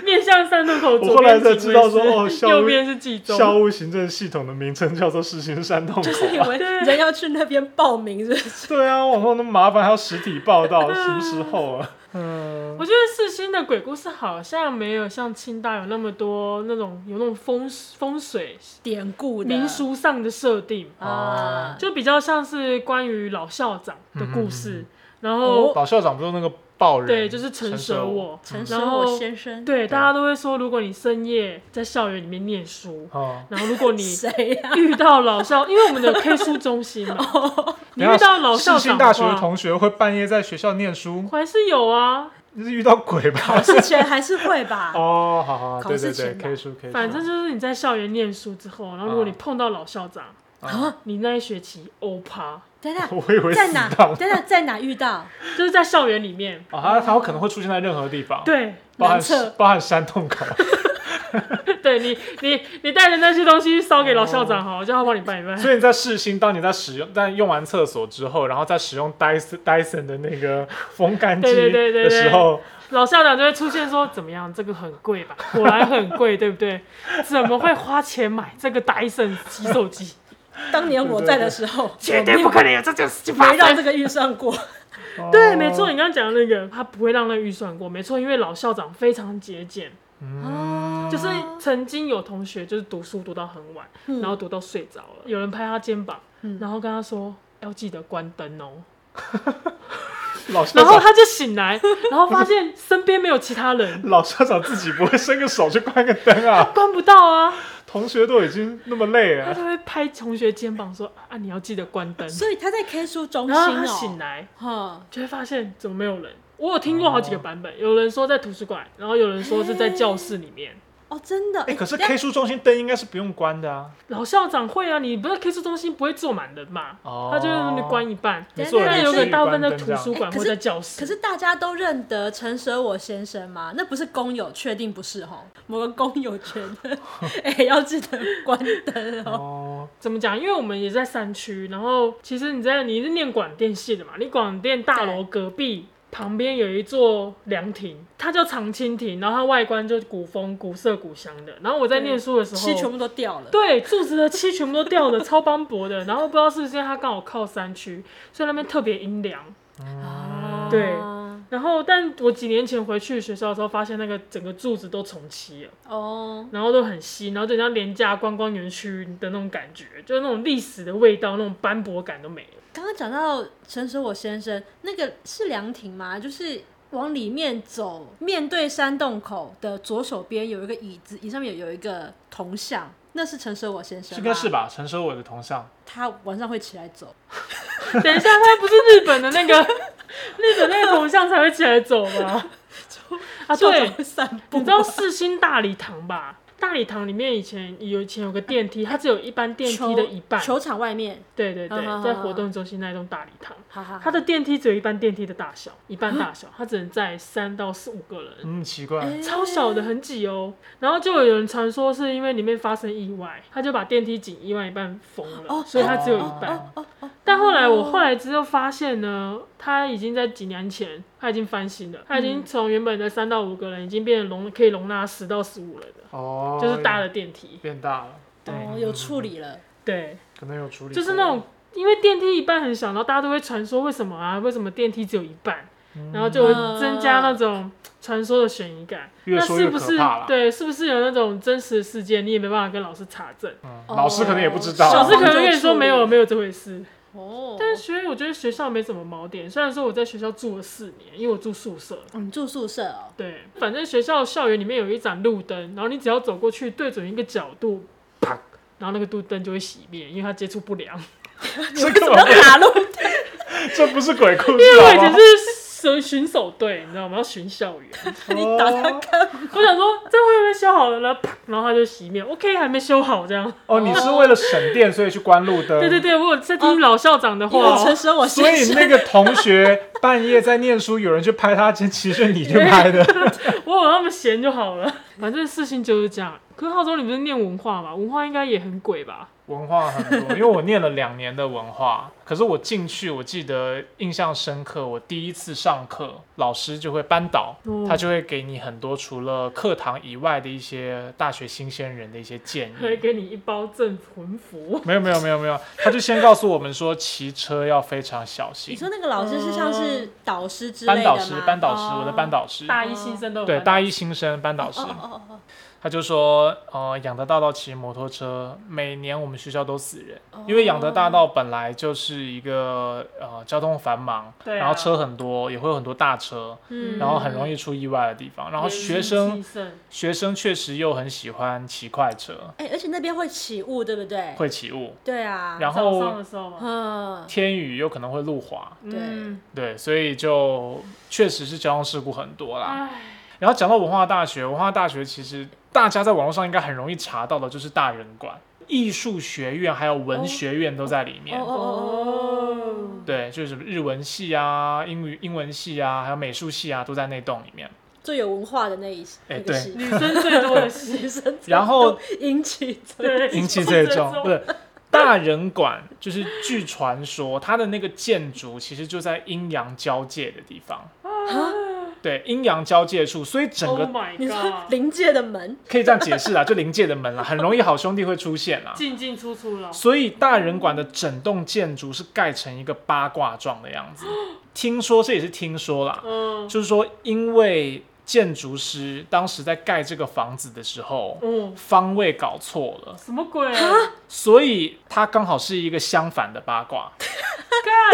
Speaker 4: 面向山洞口，
Speaker 3: 我
Speaker 4: 左
Speaker 3: 后来
Speaker 4: 边
Speaker 3: 才
Speaker 4: 警卫
Speaker 3: 知道说
Speaker 4: 室
Speaker 3: 哦校
Speaker 4: 右
Speaker 3: 务
Speaker 4: 边是冀
Speaker 3: 校
Speaker 4: 中，
Speaker 3: 务行政系统的名称叫做世新山洞口、
Speaker 2: 就是 以
Speaker 3: 啊。
Speaker 2: 为
Speaker 4: 对
Speaker 2: 人要去那边报名，是不是？
Speaker 3: 对啊，往后那么麻烦，还要实体报 道，什么时候啊？
Speaker 4: 我觉得世新的鬼故事好像没有像清大有那么多那种有那种风风水
Speaker 2: 典故的
Speaker 4: 民俗哦上的设定，
Speaker 2: 啊，
Speaker 4: 就比较像是关于老校长的故
Speaker 3: 嗯
Speaker 4: 事。然
Speaker 2: 哦
Speaker 4: 后
Speaker 3: 老校长不是那个报人，
Speaker 4: 对，就是陈
Speaker 3: 舍
Speaker 4: 舍我，
Speaker 2: 陈
Speaker 4: 然
Speaker 2: 生
Speaker 4: 后
Speaker 2: 我先生，
Speaker 4: 对，大家都会说，如果你深夜在校园里面念书，
Speaker 3: 哦，
Speaker 4: 然后如果你
Speaker 2: 谁啊呀？
Speaker 4: 遇到老校，因为我们的 K 书中心嘛， 你
Speaker 3: 等一
Speaker 4: 遇
Speaker 3: 下
Speaker 4: 到老校
Speaker 3: 世新
Speaker 4: 长
Speaker 3: 大
Speaker 4: 的
Speaker 3: 学的
Speaker 4: 话，
Speaker 3: 同学会半夜在学校念书，
Speaker 4: 还是有啊，
Speaker 3: 那是遇到鬼 吧？
Speaker 2: 之前还是会吧，
Speaker 3: 哦，好好，好
Speaker 2: 考
Speaker 3: 对
Speaker 2: 试
Speaker 3: 对对，
Speaker 2: 前吧
Speaker 3: 可以说可以说。
Speaker 4: 反正就是你在校园念书之后，然后如果你碰到老校长，
Speaker 3: 啊，
Speaker 4: 你那一学期欧趴，
Speaker 2: 等等，
Speaker 3: 我以为
Speaker 2: 在
Speaker 3: 死
Speaker 2: 哪？
Speaker 3: 党
Speaker 2: 等等，在哪遇到？
Speaker 4: 就是在校园里面，
Speaker 3: 啊，他他有可能会出现在任何地方，，
Speaker 4: 对，
Speaker 3: 包含
Speaker 2: 男厕
Speaker 3: 包含山洞口，
Speaker 4: 对你你你带着那些东西去烧给老校长好，我叫他帮你办一办。
Speaker 3: 所以你在试新，当你在使用，但用完厕所之后，然后再使用 Dyson Dyson 的那个风干机
Speaker 4: 对对对对
Speaker 3: 的时候，
Speaker 4: 老校长就会出现说：“怎么样，这个很贵吧？果然很贵，对不对？怎么会花钱买这个 Dyson 洗手机？
Speaker 2: 当年我在的时候，
Speaker 4: 绝对不可能有这种事情发
Speaker 2: 没让
Speaker 4: 生。
Speaker 2: 这个预算过。
Speaker 3: 哦”
Speaker 4: 对，没错，，你刚刚讲的那个，他不会让那个预算过，没错，因为老校长非常节俭，啊
Speaker 3: 嗯，
Speaker 4: 就是曾经有同学就是读书读到很晚，
Speaker 2: 嗯
Speaker 4: 然后读到睡着了，有人拍他肩膀，
Speaker 2: 嗯
Speaker 4: 然后跟他说要记得关灯 哦，
Speaker 3: 老校
Speaker 4: 然后
Speaker 3: 长
Speaker 4: 他就醒来，然后发现身边没有其他人，
Speaker 3: 老校长自己不会伸个手去关个灯啊，
Speaker 4: 关不到啊，
Speaker 3: 同学都已经那么累
Speaker 4: 他
Speaker 3: 了，
Speaker 4: 就会拍同学肩膀说啊你要记得关灯，
Speaker 2: 所以他在 K 书中心
Speaker 4: 然后啊他醒
Speaker 2: 哦，
Speaker 4: 来
Speaker 2: 哈，
Speaker 4: 就会发现怎么没有人。我有听过好几个版本，有人说在图书馆，然后有人说是在教室里面。
Speaker 2: 哦，真的，
Speaker 3: 哎，可是
Speaker 2: 等一
Speaker 3: K
Speaker 2: 下
Speaker 3: 书中心灯应该是不用关的啊，
Speaker 4: 老校长会啊，你不是 K 书中心不会坐满人嘛？
Speaker 3: 哦
Speaker 4: 他就在那边关一半，
Speaker 2: 等一下
Speaker 3: 所有
Speaker 4: 但
Speaker 3: 人
Speaker 4: 有
Speaker 3: 都
Speaker 4: 个
Speaker 3: 去
Speaker 4: 大部
Speaker 3: 关
Speaker 4: 分在
Speaker 3: 灯这
Speaker 4: 图
Speaker 3: 样
Speaker 4: 书馆
Speaker 2: 哎可
Speaker 4: 或
Speaker 2: 是
Speaker 4: 在教室。
Speaker 2: 可是大家都认得陈舍我先生吗？那不是工友，确定不是吼？某个工友觉得，哎、要记得关灯哦。
Speaker 3: 哦，
Speaker 4: 怎么讲？因为我们也在山区，然后其实你在你是念广电系的嘛，你广电大楼隔壁旁边有一座凉亭，它叫长青亭，然后它外观就是古风、古色古香的。然后我在念书的时
Speaker 2: 漆全
Speaker 4: 候，
Speaker 2: 部都掉了，
Speaker 4: 对柱子的漆全部都掉的，超斑驳的。然后不知道是不是因为它刚好靠山区，所以那边特别阴凉。
Speaker 2: 啊
Speaker 4: 对然后，但我几年前回去学校的时候，发现那个整个柱子都重漆了，
Speaker 2: 哦，
Speaker 4: 然后都很稀，然后就像廉价观光园区的那种感觉，就是那种历史的味道，那种斑驳感都没了。
Speaker 2: 刚刚讲到陈舍我先生，那个是凉亭吗？就是往里面走，面对山洞口的左手边有一个椅子，椅上面有一个铜像，那是陈舍我先生吗，
Speaker 3: 应该是吧？陈舍伟的铜像，
Speaker 2: 他晚上会起来走，
Speaker 4: 等一下，他不是日本的那个 日本那个铜像才会起来走 吗？啊，
Speaker 2: 对
Speaker 4: 对，，
Speaker 2: 散步
Speaker 4: 你知道世新大礼堂吧？大礼堂里面以前有以前有个电梯，它只有一般电梯的一半。
Speaker 2: 球场外面，
Speaker 4: 对对
Speaker 2: 嗯嗯嗯
Speaker 4: 对，在活动中心那栋大礼堂，
Speaker 2: 哈哈，
Speaker 4: 它的电梯只有一般电梯的大小，一半大小，它只能载三到四五个人。
Speaker 3: 嗯，奇怪，
Speaker 2: 哎
Speaker 4: 超小的，很挤哦。然后就有人传说是因为里面发生意外，他就把电梯井意外一半封了，
Speaker 2: 哦
Speaker 4: 所以它只有一半。
Speaker 3: 哦
Speaker 4: 但后来我后来之后发现呢，他已经在几年前他已经翻新了，他已
Speaker 3: 嗯
Speaker 4: 经从原本的三到五个人，已经变成容可以容纳十到十五人了，
Speaker 3: 哦，
Speaker 4: 就是大的电梯。
Speaker 3: 变大了，
Speaker 2: 哦，有处理了，
Speaker 4: 对，
Speaker 3: 可能有处理过，
Speaker 4: 就是那种因为电梯一半很小，然后大家都会传说为什么啊？为什么电梯只有一半？
Speaker 3: 嗯
Speaker 4: 然后就会增加那种传说的悬疑感。
Speaker 3: 越
Speaker 4: 那
Speaker 3: 说越
Speaker 4: 是不
Speaker 3: 可
Speaker 4: 是
Speaker 3: 怕了。
Speaker 4: 对？是不是有那种真实事件，你也没办法跟老师查证？
Speaker 3: 嗯
Speaker 2: 哦
Speaker 3: 老师可能也不知道，啊
Speaker 2: 小
Speaker 4: 老
Speaker 2: 时
Speaker 4: 师
Speaker 2: 候
Speaker 4: 可能跟你说没有，没有这回事。
Speaker 2: 哦，
Speaker 4: 但是学我觉得学校没什么锚点，虽然说我在学校住了四年，因为我住宿舍。
Speaker 2: 嗯，住宿舍哦，
Speaker 4: 对，反正学校校园里面有一盏路灯，然后你只要走过去，对准一个角度，啪，然后那个路灯就会熄灭，因为它接触不良。
Speaker 3: 这
Speaker 2: 怎
Speaker 3: 根
Speaker 2: 么
Speaker 3: 本
Speaker 2: 卡路？
Speaker 3: 这不是鬼故
Speaker 4: 因
Speaker 3: 事，啊
Speaker 4: 为我以
Speaker 3: 好
Speaker 4: 前
Speaker 3: 吗
Speaker 4: 是巡巡守队，你知道吗？要巡校园。
Speaker 2: 你打他
Speaker 3: 哦
Speaker 4: 我想说这会不会修好了呢？啪，然后它就熄灭。OK，还没修好这样。
Speaker 3: 哦，你是为了省电所以去关路 灯，
Speaker 4: 对对对，我有在听老校长的话
Speaker 2: 因为
Speaker 4: 哦、
Speaker 2: 陈生我
Speaker 3: 所
Speaker 2: 先
Speaker 3: 以
Speaker 2: 生，
Speaker 3: 那个同学半夜在念书，有人去拍他肩，其实是你去 拍的。
Speaker 4: 我有那么闲就好了。反正事情就是这样。可是浩中，你不是念文化嘛？文化应该也很鬼吧？
Speaker 3: 文化 很多，因为我念了两年的文化，可是我进去，我记得印象深刻。我第一次上课，老师就会班导，
Speaker 4: 哦
Speaker 3: 他就会给你很多除了课堂以外的一些大学新鲜人的一些建
Speaker 4: 还
Speaker 3: 议。
Speaker 4: 给你一包镇魂符。
Speaker 3: 没有没有没有没有，他就先告诉我们说骑车要非常小
Speaker 2: 你
Speaker 3: 心。
Speaker 2: 说那个老师是像是导师之类
Speaker 3: 哦
Speaker 2: 的
Speaker 3: 班导师，
Speaker 2: 吗
Speaker 3: 班导师，
Speaker 2: 哦
Speaker 3: 我的班导师，
Speaker 4: 大一新生都有
Speaker 3: 对
Speaker 4: 班
Speaker 3: 大一新生班导师，
Speaker 2: 哦哦哦
Speaker 3: 他就说，呃，养德大道骑摩托车，每年我们学校都死人，
Speaker 2: 哦
Speaker 3: 因为养德大道本来就是一个呃交通繁忙，
Speaker 4: 对啊
Speaker 3: 然后车很多，也会有很多大车，
Speaker 2: 嗯
Speaker 3: 然后很容易出意外的地方。然后学生
Speaker 4: 人心气盛
Speaker 3: 学生确实又很喜欢骑快车，
Speaker 2: 哎、而且那边会起雾，对不对？
Speaker 3: 会起雾，
Speaker 2: 对啊，
Speaker 3: 然
Speaker 4: 早上
Speaker 3: 后
Speaker 4: 的时候嘛，
Speaker 2: 嗯，
Speaker 3: 天雨有可能会路滑，
Speaker 2: 对
Speaker 4: 嗯，
Speaker 3: 对，所以就确实是交通事故很多啦。
Speaker 4: 唉，
Speaker 3: 然后讲到文化大学，文化大学其实大家在网络上应该很容易查到的，就是大人馆、艺术学院还有文学院都在里面。
Speaker 2: 哦哦哦哦，
Speaker 3: 对，就是什么日文系啊、英语英文系啊，还有美术系啊，都在那栋里面。
Speaker 2: 最有文化的那一
Speaker 3: 哎
Speaker 2: 那个
Speaker 3: 对
Speaker 2: 系，
Speaker 4: 女生最多的 戏，
Speaker 2: 女生
Speaker 3: 然后
Speaker 2: 引起
Speaker 4: 对，
Speaker 3: 引起最
Speaker 4: 重
Speaker 3: 重，不是大人馆，就是据传说它的那个建筑其实就在阴阳交界的地方。
Speaker 2: 啊
Speaker 3: 对，阴阳交界处，所以整
Speaker 2: 哦
Speaker 4: Oh
Speaker 3: 个
Speaker 4: my
Speaker 2: 你说
Speaker 4: god，
Speaker 2: 临界的门
Speaker 3: 可以这样解释啦，啊就临界的门啦，很容易好兄弟会出现啊啦。
Speaker 4: 进进出出 了，
Speaker 3: 所以大人馆的整栋建筑是盖成一个八卦状的样子。听说这也是听说啦，
Speaker 4: 嗯
Speaker 3: 就是说因为建筑师当时在盖这个房子的时候。
Speaker 4: 嗯，
Speaker 3: 方位搞错了，
Speaker 4: 什么鬼？
Speaker 3: 所以它刚好是一个相反的八卦，
Speaker 2: 等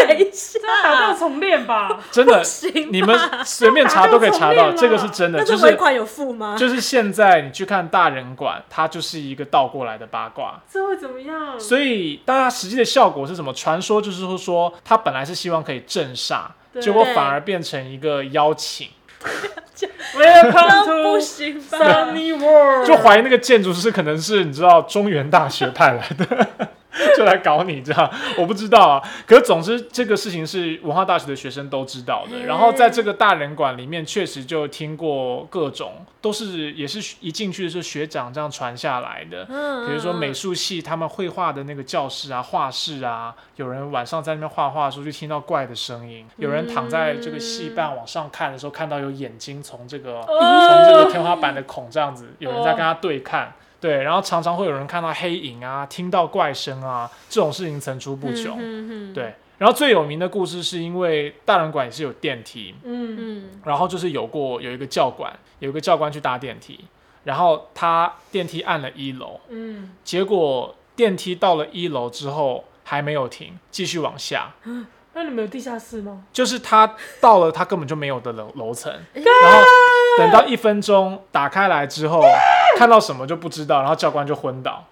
Speaker 4: 干，
Speaker 2: 一下，
Speaker 4: 打掉重练吧，
Speaker 3: 真的
Speaker 2: 不，行吧
Speaker 3: 你们随便查都可以查
Speaker 4: 打掉重
Speaker 3: 到，
Speaker 4: 练了
Speaker 3: 这个是真的，
Speaker 2: 啊那
Speaker 3: 就
Speaker 2: 这
Speaker 3: 是
Speaker 2: 尾款啊有付吗？
Speaker 3: 就是现在你去看大人馆，它就是一个倒过来的八卦，
Speaker 4: 这会怎么样？
Speaker 3: 所以大家实际的效果是什么？传说就是说说他本来是希望可以镇煞，
Speaker 4: 对
Speaker 3: 结果反而变成一个邀请，
Speaker 4: Welcome
Speaker 2: 那不
Speaker 4: to
Speaker 2: 行吧？
Speaker 4: Sunny World，
Speaker 3: 就怀疑那个建筑师可能是你知道中原大学派来的。 就来搞你这样，我不知道啊。可是总之，这个事情是文化大学的学生都知道的。然后在这个大人馆里面，确实就听过各种，都是也是一进去是学长这样传下来的。
Speaker 2: 嗯，
Speaker 3: 比如说美术系他们绘画的那个教室啊、画室啊，有人晚上在那边画画的时候就听到怪的声音，有人躺在这个戏办往上看的时候，看到有眼睛从这个从这个
Speaker 4: 哦，
Speaker 3: 天花板的孔这样子，有人在跟他对看。对，然后常常会有人看到黑影啊，听到怪声啊，这种事情层出不穷。
Speaker 2: 嗯，
Speaker 3: 对，然后最有名的故事是因为大人馆也是有电梯，
Speaker 4: 嗯，
Speaker 2: 嗯
Speaker 3: 然后就是有过有一个教官，有一个教官去搭电梯，然后他电梯按了一楼，
Speaker 4: 嗯，
Speaker 3: 结果电梯到了一楼之后还没有停，继续往下，
Speaker 4: 那你们有地下室吗？
Speaker 3: 就是他到了他根本就没有的楼楼层，然后等到一分钟打开来之后，看到什么就不知道，然后教官就昏倒。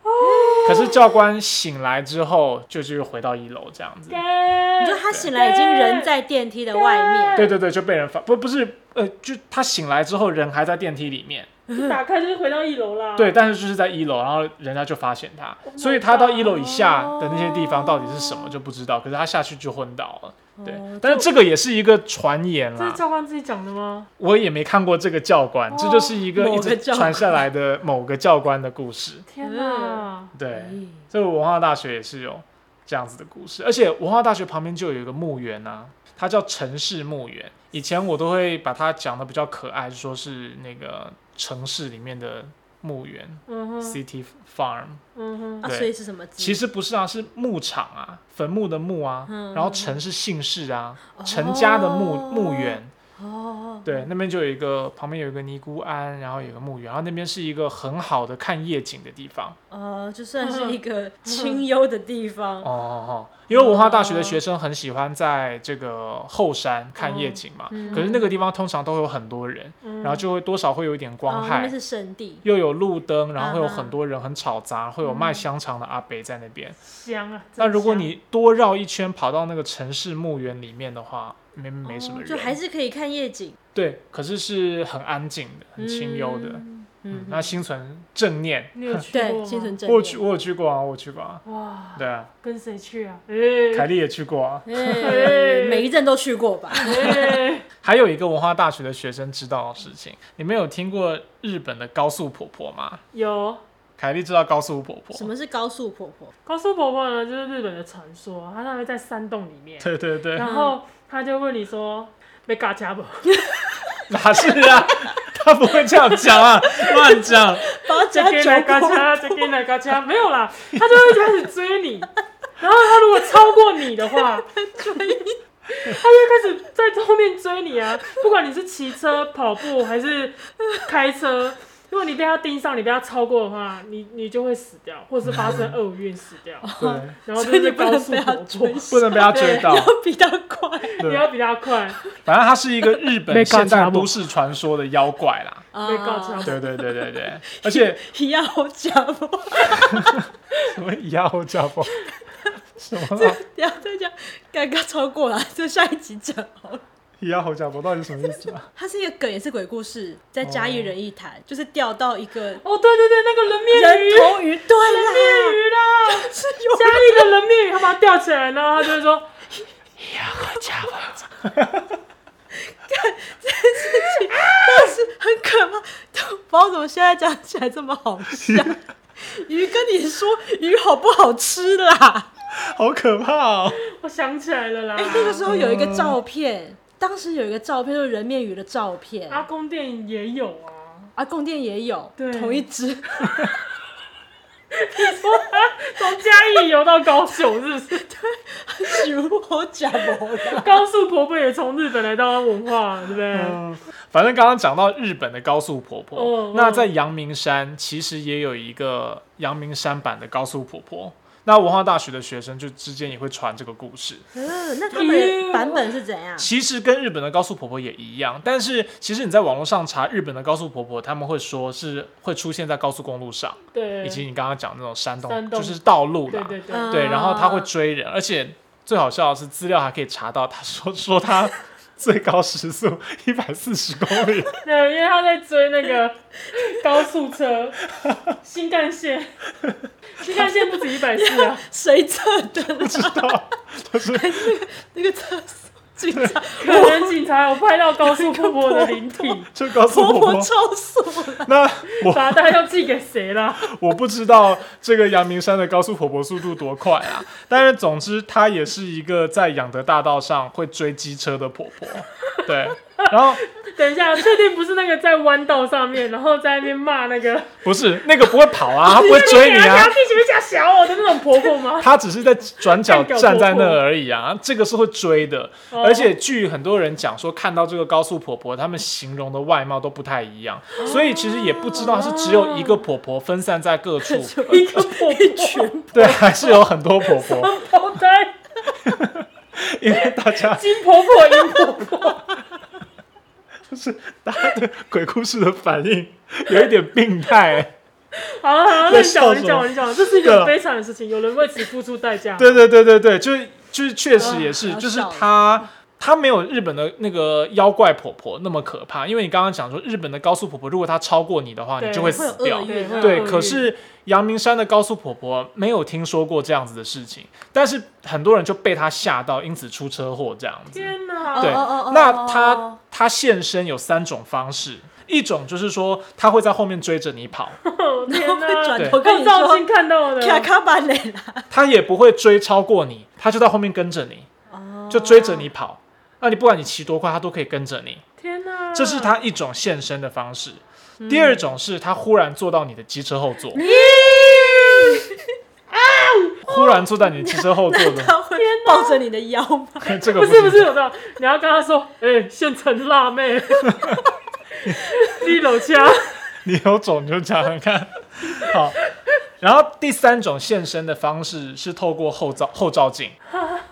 Speaker 3: 可是教官醒来之后，就就又回到一楼这样子。
Speaker 4: 干
Speaker 2: 嗯，就他醒来已经人在电梯的外面，
Speaker 3: 对对对，就被人发不不是呃，就他醒来之后人还在电梯里面，
Speaker 4: 就打开就是回到一楼 啦。
Speaker 3: 对，，但是就是在一楼，然后人家就发现他
Speaker 4: Oh，my
Speaker 3: 所以他到一楼
Speaker 4: God
Speaker 3: 以下的那些地方到底是什么就不知道，可是他下去就昏倒了。对
Speaker 2: 哦，
Speaker 3: 但是这个也是一个传言
Speaker 4: 这
Speaker 3: 啦
Speaker 4: 是，教官自己讲的吗？
Speaker 3: 我也没看过这个教官，这就是一个
Speaker 2: 哦某
Speaker 3: 一
Speaker 2: 个
Speaker 3: 直
Speaker 2: 教
Speaker 3: 传下来的某个教官的故事。
Speaker 4: 天哪！
Speaker 3: 对，
Speaker 2: 嗯
Speaker 3: 这个文化大学也是有这样子的故事，而且文化大学旁边就有一个墓园啊，它叫城市墓园。以前我都会把它讲的比较可爱，说是那个城市里面的墓园
Speaker 4: 嗯哼，
Speaker 3: （City Farm）。
Speaker 4: 嗯哼，
Speaker 2: 啊，
Speaker 3: 对
Speaker 2: 所以是什么字？
Speaker 3: 其实不是啊，是牧场啊，坟墓的墓啊，
Speaker 2: 嗯
Speaker 3: 然后陈是姓氏啊，
Speaker 2: 哦
Speaker 3: 陈家的墓墓园，
Speaker 2: 嗯，
Speaker 3: 对，那边就有一个旁边有一个尼姑庵，然后有一个墓园，然后那边是一个很好的看夜景的地方。
Speaker 2: 呃，就算 是一个清幽的地方
Speaker 3: 哦，哦哦，因为文化大学的学生很喜欢在这个后山看夜景嘛，
Speaker 4: 嗯
Speaker 3: 可是那个地方通常都有很多人，
Speaker 4: 嗯
Speaker 3: 然后就会多少会有一点光
Speaker 2: 哦那
Speaker 3: 害。
Speaker 2: 边是圣地，
Speaker 3: 又有路灯，然后会有
Speaker 2: 啊哈
Speaker 3: 很多人，很吵杂，会有卖香肠的阿伯在那边。
Speaker 4: 香啊。
Speaker 3: 那
Speaker 4: 真
Speaker 3: 如果
Speaker 4: 香
Speaker 3: 你多绕一圈跑到那个城市墓园里面的话，没没什么
Speaker 2: 哦
Speaker 3: 人，
Speaker 2: 就还是可以看夜景。
Speaker 3: 对，可是是很安静的，很清幽的。
Speaker 4: 嗯
Speaker 3: 嗯
Speaker 2: 嗯，，
Speaker 3: 那心存正念，
Speaker 4: 你有去过
Speaker 2: 对，
Speaker 4: 吗
Speaker 2: 心存正
Speaker 3: 我有去，
Speaker 2: 念。
Speaker 3: 我有去过啊，我有去过啊。
Speaker 4: 哇，
Speaker 3: 对啊，
Speaker 4: 跟谁去啊？
Speaker 3: 凯
Speaker 4: 哎
Speaker 3: 莉也去过啊。
Speaker 2: 哎每一站都去过吧？
Speaker 4: 哎，
Speaker 3: 还有一个文化大学的学生知道的事情，你们有听过日本的高速婆婆吗？
Speaker 4: 有
Speaker 3: 凯莉知道高速婆
Speaker 2: 什
Speaker 3: 婆？
Speaker 2: 么是高速婆婆？
Speaker 4: 高速婆婆呢，就是日本的传说，她那会在山洞里面，
Speaker 3: 对对对，
Speaker 4: 然后她就问你说被嘎家不？
Speaker 3: 哪是 啊？他不会这样讲啊，乱讲。
Speaker 2: 包
Speaker 4: 这
Speaker 2: 家
Speaker 4: 边来嘎
Speaker 2: 酒馆
Speaker 4: 家，这边来嘎家，没有啦，她就会开始追你，然后她如果超过你的话，追你，她就会开始在后面追你啊，不管你是骑车、跑步还是开车。如果你被她盯上，你被她超过的话，你你就会死掉，或是发生厄运死掉，
Speaker 3: 对，
Speaker 4: 然后
Speaker 2: 所以
Speaker 4: 就
Speaker 2: 你
Speaker 4: 是
Speaker 2: 不
Speaker 4: 高
Speaker 2: 能
Speaker 4: 速
Speaker 2: 被他
Speaker 4: 婆婆
Speaker 2: 追，
Speaker 3: 不 能被他追到。
Speaker 2: 要比较快。
Speaker 4: 你
Speaker 3: 对，
Speaker 4: 要比她快。
Speaker 3: 反正他是一个日
Speaker 4: 被
Speaker 3: 本
Speaker 4: 告
Speaker 3: 现代
Speaker 4: 查某
Speaker 3: 都市传说的妖怪啦。
Speaker 4: 被告知
Speaker 2: 啊
Speaker 3: 对对对对对， 而且
Speaker 2: 一样好假不？
Speaker 3: 什么妖叫不？什么啊
Speaker 2: 不要再讲，刚刚超过了，就下一集讲好了。
Speaker 3: 妖叫不到底是什么意思啊？
Speaker 2: 它是一个梗，也是鬼故事，在嘉义人一谈，就是掉到一个人
Speaker 4: 哦，对对对，那个人面鱼，
Speaker 2: 头鱼，对
Speaker 4: 人面
Speaker 2: 啦，
Speaker 4: 鱼啦，
Speaker 2: 是有
Speaker 4: 加一个人面鱼，他把它吊起来，然后他就会说，
Speaker 2: 是很可怕。都不知道怎么现在讲起来这么好笑。鱼跟你说鱼好不好吃啦？
Speaker 3: 好可怕哦！
Speaker 4: 我想起来了啦
Speaker 2: 哎、，那个时候有一个照片，当时有一个照片，就是人面鱼的照片，
Speaker 4: 阿公电影也有啊，
Speaker 2: 啊，供电也有，
Speaker 4: 对
Speaker 2: 同一只。
Speaker 4: 从嘉义游到高雄，是不是？
Speaker 2: 如我讲我啦，
Speaker 4: 高速婆婆也从日本来到文化，对不对？
Speaker 3: 嗯，反正刚刚讲到日本的高速婆婆，
Speaker 4: 哦
Speaker 3: 那
Speaker 4: 哦
Speaker 3: 在阳明山其实也有一个阳明山版的高速婆婆。那文化大学的学生就之间也会传这个故事，
Speaker 2: 嗯，那他们版本是怎样？
Speaker 3: 其实跟日本的高速婆婆也一样，但是其实你在网络上查日本的高速婆婆，他们会说是会出现在高速公路上，
Speaker 4: 对，
Speaker 3: 以及你刚刚讲的那种山洞，
Speaker 4: 山洞
Speaker 3: 就是道路啦，
Speaker 4: 对对对，
Speaker 2: 嗯
Speaker 3: 对，然后他会追人，而且最好笑的是资料还可以查到，他说说他最高时速一百四十公里，
Speaker 4: 对，因为他在追那个高速车，新干线，新干线不止一百四啊，
Speaker 2: 谁测的啦？
Speaker 3: 知道 就是
Speaker 2: 那个厕所警察
Speaker 4: 可能警察有拍到高速婆婆的灵体，
Speaker 3: 就告诉
Speaker 2: 婆
Speaker 3: 我
Speaker 2: 婆
Speaker 3: 婆。
Speaker 2: 超速 了，
Speaker 3: 那我
Speaker 4: 罚单要寄给谁啦？
Speaker 3: 我不知道这个阳明山的高速婆婆速度多快啊，但是总之她也是一个在养德大道上会追机车的婆婆，对，然后
Speaker 4: 等一下，确定不是那个在弯道上面，然后在那边骂那个
Speaker 3: 不是那个不会跑啊，她不会追你
Speaker 4: 你
Speaker 3: 啊
Speaker 4: 要，地前面加小我的那种婆婆吗？
Speaker 3: 他只是在转角站在那而已啊，这个是会追的。
Speaker 4: 哦
Speaker 3: 而且据很多人讲说，看到这个高速婆婆，她们形容的外貌都不太一样，所以其实也不知道是只有一个婆婆分散在各处，
Speaker 4: 一个婆
Speaker 2: 一
Speaker 4: 婆，
Speaker 2: 群
Speaker 3: 对，还是有很多婆婆，
Speaker 4: 包胎，
Speaker 3: 因为大家
Speaker 4: 金婆婆、银婆婆，
Speaker 3: 就是大家对鬼故事的反应有一点病态、
Speaker 4: 好了好了，
Speaker 3: 在
Speaker 4: 你讲
Speaker 3: 笑
Speaker 4: 你
Speaker 3: 什么
Speaker 4: 讲你讲，这是一
Speaker 3: 对
Speaker 4: 个
Speaker 3: 啊
Speaker 4: 悲惨的事情，有人为此付出代价。
Speaker 3: 对对对对对，就是就是确实也是，
Speaker 2: 啊
Speaker 3: 就是
Speaker 2: 好笑
Speaker 3: 她她没有日本的那个妖怪婆婆那么可怕，因为你刚刚讲说日本的高速婆婆，如果她超过你的话，
Speaker 4: 对
Speaker 3: 你就会
Speaker 2: 会有
Speaker 3: 死掉
Speaker 2: 厄。运啊。
Speaker 3: 对，
Speaker 4: 嗯
Speaker 3: 可是阳明山的高速婆婆没有听说过这样子的事情，但是很多人就被她吓到，因此出车祸这样子。
Speaker 4: 天哪！
Speaker 3: 对
Speaker 2: 哦哦哦，
Speaker 3: 那
Speaker 2: 哦
Speaker 3: 她她现身有三种方式，一种就是说她会在后面追着你 跑，
Speaker 2: 然后
Speaker 4: 哦天
Speaker 2: 会
Speaker 4: 哪！
Speaker 2: 转头跟
Speaker 4: 更
Speaker 2: 你
Speaker 4: 照镜
Speaker 2: 说
Speaker 4: 看到的，
Speaker 2: 卡 卡巴雷啦，
Speaker 3: 她也不会追超过你，她就在后面跟着你。
Speaker 4: 哦
Speaker 3: 就追着你跑。那你不管你骑多快，它都可以跟着你，
Speaker 4: 天哪！
Speaker 3: 这是它一种现身的方式。
Speaker 4: 嗯
Speaker 3: 第二种是它忽然坐到你的机车后
Speaker 4: 哦
Speaker 3: 座，忽然坐在你的机车后座
Speaker 2: 那
Speaker 3: 的，
Speaker 2: 他会
Speaker 4: 天
Speaker 2: 抱着你的腰吗？
Speaker 3: 这个
Speaker 4: 不是不是，我知道，你要跟他说，哎、现成辣妹， 立楼掐，
Speaker 3: 你有种就讲讲看。 好，然后第三种现身的方式是透过后照后照镜，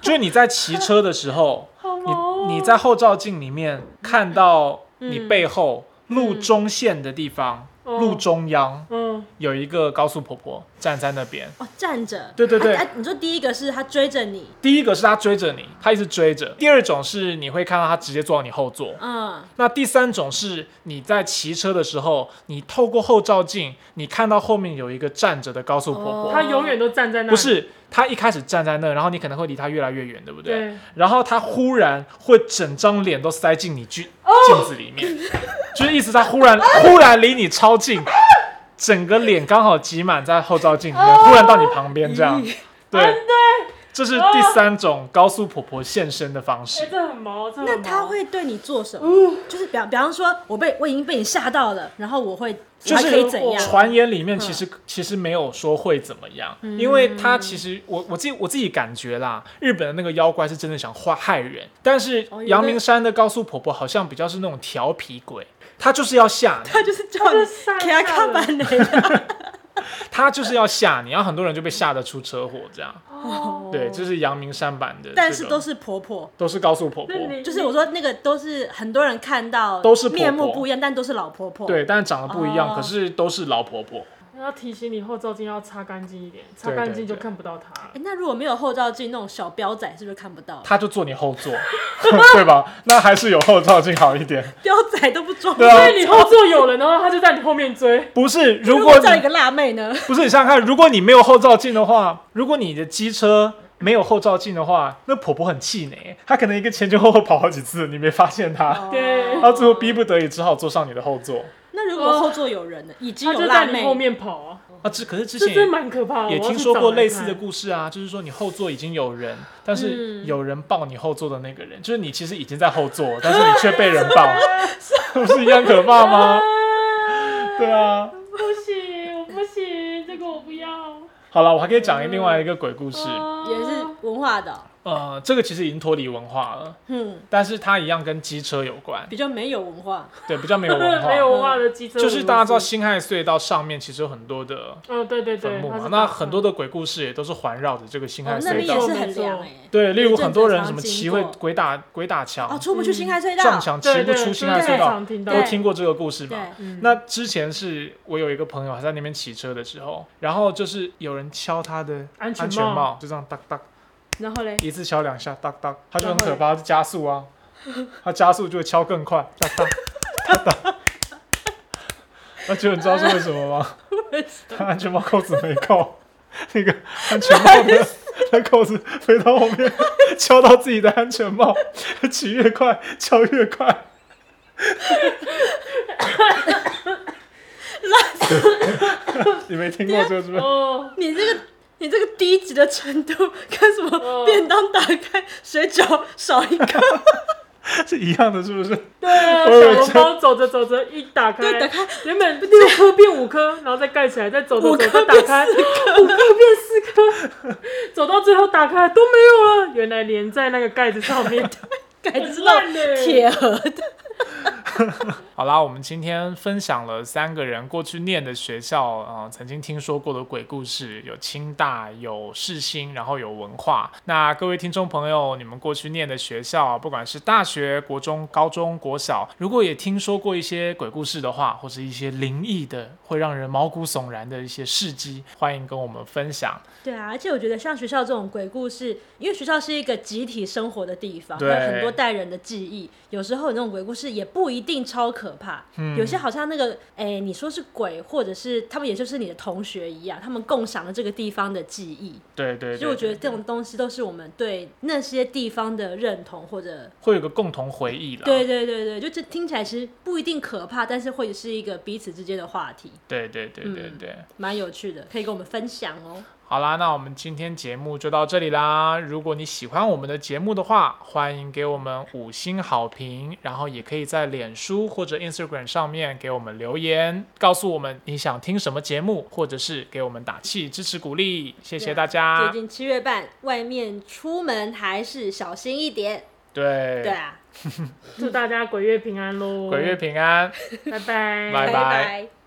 Speaker 3: 就是你在骑车的时候，
Speaker 4: 好毛、哦
Speaker 3: 你你在后照镜里面看到你
Speaker 4: 嗯
Speaker 3: 背后路中线的地方，
Speaker 4: 哦
Speaker 3: 路中央
Speaker 4: 嗯，
Speaker 3: 有一个高速婆婆站在那边。
Speaker 2: 哦，站着。
Speaker 3: 对对对
Speaker 2: 啊啊你说第一个是他追着你，
Speaker 3: 第一个是她追着你，她一直追着；第二种是你会看到她直接坐到你后座。
Speaker 4: 啊
Speaker 2: 嗯，
Speaker 3: 那第三种是你在骑车的时候，你透过后照镜，你看到后面有一个站着的高速婆婆，
Speaker 2: 哦
Speaker 4: 他永远都站在那里，
Speaker 3: 不是她一开始站在那，然后你可能会离她越来越远，对不对？
Speaker 4: 对，
Speaker 3: 然后她忽然会整张脸都塞进你镜镜子里面，就是意思她忽然忽然离你超近，整个脸刚好挤满在后照镜里面，忽然到你旁边这样，对，这是第三种高速婆婆现身的方
Speaker 4: 哎、
Speaker 3: 式。
Speaker 4: 这很毛，这很毛
Speaker 2: 那他会对你做什么？就是比方比方说，我被我已经被你吓到了，然后我会
Speaker 3: 就
Speaker 2: 我
Speaker 3: 是
Speaker 2: 还可以怎样？嗯
Speaker 3: 传言里面其实、其实没有说会怎么样，因为他其实我我自己我自己感觉啦，日本的那个妖怪是真的想坏害人，但是
Speaker 2: 哦有
Speaker 3: 阳
Speaker 2: 的
Speaker 3: 明山的高速婆婆好像比较是那种调皮鬼，她就是要吓 你，
Speaker 2: 他就是叫你给他看板的，
Speaker 3: 她就是要吓你，然后很多人就被吓得出车祸这样。
Speaker 4: 哦，
Speaker 3: 对，这是阳明山版的这个，
Speaker 2: 但是都是婆婆。
Speaker 3: 都 是高速婆婆
Speaker 4: 那，你
Speaker 2: 就是我说那个都是很多人看到
Speaker 3: 都是婆婆
Speaker 2: 面目不一样，但都是老婆婆。，
Speaker 3: 对，但是长得不一样，
Speaker 2: 哦
Speaker 3: 可是都是老婆婆。
Speaker 4: 要提醒你后照镜要擦干净一点，擦
Speaker 3: 对
Speaker 4: 干
Speaker 3: 对
Speaker 4: 净就
Speaker 3: 对
Speaker 4: 看不到他了。
Speaker 2: 哎那如果没有后照镜，那种小彪仔是不是看不到？
Speaker 3: 她就坐你后座， 对吧？那还是有后照镜好一点。
Speaker 2: 彪仔都不装。
Speaker 3: 对啊
Speaker 4: 所以你后座有人，然后他就在你后面追，
Speaker 3: 不是，如
Speaker 2: 如
Speaker 3: 果
Speaker 2: 果
Speaker 3: 你
Speaker 2: 叫一个辣妹呢？
Speaker 3: 不是你想想看，如果你没有后照镜的话，如果你的机车没有后照镜的话，那婆婆很气馁，她可能一个前前后后跑好几次，你没发现她，
Speaker 4: 对
Speaker 3: 她最后逼不得已只好坐上你的后座。
Speaker 2: 哦
Speaker 4: 哦
Speaker 2: 那如果后座有人呢？已经
Speaker 4: 他
Speaker 2: 有
Speaker 4: 就
Speaker 2: 辣
Speaker 4: 在你
Speaker 2: 妹
Speaker 4: 后，面跑啊，
Speaker 3: 啊，之可是之
Speaker 4: 这真
Speaker 3: 前
Speaker 4: 蛮可怕的。
Speaker 3: 也也
Speaker 4: 我要去
Speaker 3: 听说
Speaker 4: 找
Speaker 3: 过
Speaker 4: 来
Speaker 3: 类似
Speaker 4: 看
Speaker 3: 的故事啊，就是说你后座已经有人，但是
Speaker 2: 嗯
Speaker 3: 有人抱你后座的那个人，就是你其实已经在后座，但是你却被人抱， 不是一样可怕吗？
Speaker 4: 哦
Speaker 3: 对啊。
Speaker 4: 啊不行，我不行，这个我不要。
Speaker 3: 好了，我还可以讲另外一个鬼故事，
Speaker 2: 也是文化的哦，
Speaker 4: 嗯
Speaker 3: 呃，这个其实已经脱离文化了，
Speaker 2: 嗯，
Speaker 3: 但是它一样跟机车有关，
Speaker 2: 比较没有文化。
Speaker 3: 对，比较没 有文 化。
Speaker 4: 没有文化的机车，
Speaker 3: 就是大家知道，辛亥隧道上面其实有很多的
Speaker 4: 嗯，对对
Speaker 3: 坟
Speaker 4: 对
Speaker 3: 墓，
Speaker 4: 它
Speaker 3: 嘛
Speaker 4: 是，
Speaker 3: 那
Speaker 4: 大
Speaker 3: 很多的鬼故事也都是环绕着这个辛亥
Speaker 2: 哦，那
Speaker 3: 隧
Speaker 2: 边
Speaker 3: 道。
Speaker 2: 也是很凉哎。
Speaker 3: 对，例如
Speaker 2: 有一阵
Speaker 3: 很多
Speaker 2: 子
Speaker 3: 人
Speaker 2: 常
Speaker 3: 什么
Speaker 2: 经
Speaker 3: 骑
Speaker 2: 过
Speaker 3: 会鬼打鬼打墙
Speaker 2: 哦，、出不去辛亥隧
Speaker 3: 撞
Speaker 2: 道。
Speaker 3: 墙，骑
Speaker 4: 对
Speaker 3: 不
Speaker 4: 对
Speaker 3: 出
Speaker 4: 对
Speaker 3: 辛亥隧
Speaker 4: 对
Speaker 3: 道
Speaker 4: 常，听到
Speaker 3: 都
Speaker 2: 对
Speaker 3: 听过这个故事嘛？
Speaker 2: 对，
Speaker 4: 嗯
Speaker 3: 那之前是我有一个朋友还在那边骑车的时候，然后就是有人敲他的
Speaker 4: 安全
Speaker 3: 安全
Speaker 4: 帽
Speaker 3: 帽，就这样哒哒
Speaker 2: 然后嘞，
Speaker 3: 一次敲两下，哒哒，他就很
Speaker 2: 然后
Speaker 3: 可
Speaker 2: 嘞
Speaker 3: 怕，他就加速啊，他加速就会敲更快，哒哒哒哒。那结果你知道是为什么吗？他安全帽扣子没扣，那个安全帽 的那扣子飞到后面，敲到自己的安全帽，骑越快，敲越 快。你没听过这个是不 是？
Speaker 4: 哦，
Speaker 2: 你这个你这个低级的程度，跟什么
Speaker 4: 嗯
Speaker 2: 便当打开水饺少一 个，
Speaker 3: 是一样的，是不是？
Speaker 4: 对啊，
Speaker 3: 我以
Speaker 4: 小
Speaker 3: 为
Speaker 4: 笼
Speaker 3: 这
Speaker 4: 包走着走着一打开，
Speaker 2: 对打开
Speaker 4: 原本六颗变五颗，然后再盖起来，再走着
Speaker 2: 五
Speaker 4: 走
Speaker 2: 颗
Speaker 4: 着打开，五颗变四颗，走到最后打开都没有了，原来连在那个盖子 上面。
Speaker 2: 感知到
Speaker 4: 很烂欸
Speaker 2: 铁盒的。
Speaker 3: 好啦，我们今天分享了三个人过去念的学校，呃，曾经听说过的鬼故事，有清大，有世新，然后有文化。那各位听众朋友，你们过去念的学校，不管是大学、国中、高中、国小，如果也听说过一些鬼故事的话，或是一些灵异的，会让人毛骨悚然的一些事迹，欢迎跟我们分享。
Speaker 2: 对啊，而且我觉得像学校这种鬼故事，因为学校是一个集体生活的地方，
Speaker 3: 对
Speaker 2: 有很多代人的记忆。有时候那种鬼故事也不一定超可怕，
Speaker 3: 嗯
Speaker 2: 有些好像那个，哎，你说是鬼，或者是他们也就是你的同学一样，他们共享了这个地方的记忆。
Speaker 3: 对对对，
Speaker 2: 所以我觉得
Speaker 3: 对
Speaker 2: 这种东西都是我们对那些地方的认同，或者
Speaker 3: 会有个共同回忆啦。
Speaker 2: 对对对对，就这听起来其实不一定可怕，但是会是一个彼此之间的话题，
Speaker 3: 对对对对对。
Speaker 2: 蛮有趣的，可以跟我们分享哦。
Speaker 3: 好啦，那我们今天节目就到这里啦。如果你喜欢我们的节目的话，欢迎给我们五星好评，然后也可以在脸书或者 Instagram 上面给我们留言，告诉我们你想听什么节目，或者是给我们打气、支持、鼓励。谢谢大
Speaker 2: 最
Speaker 3: 家。
Speaker 2: 近七月半，外面出门还是小心一点。
Speaker 3: 对，
Speaker 2: 对啊，
Speaker 4: 祝大家鬼月平安喽！
Speaker 3: 鬼月平安，
Speaker 4: 拜拜，
Speaker 3: 拜
Speaker 2: 拜
Speaker 3: 拜
Speaker 2: 拜。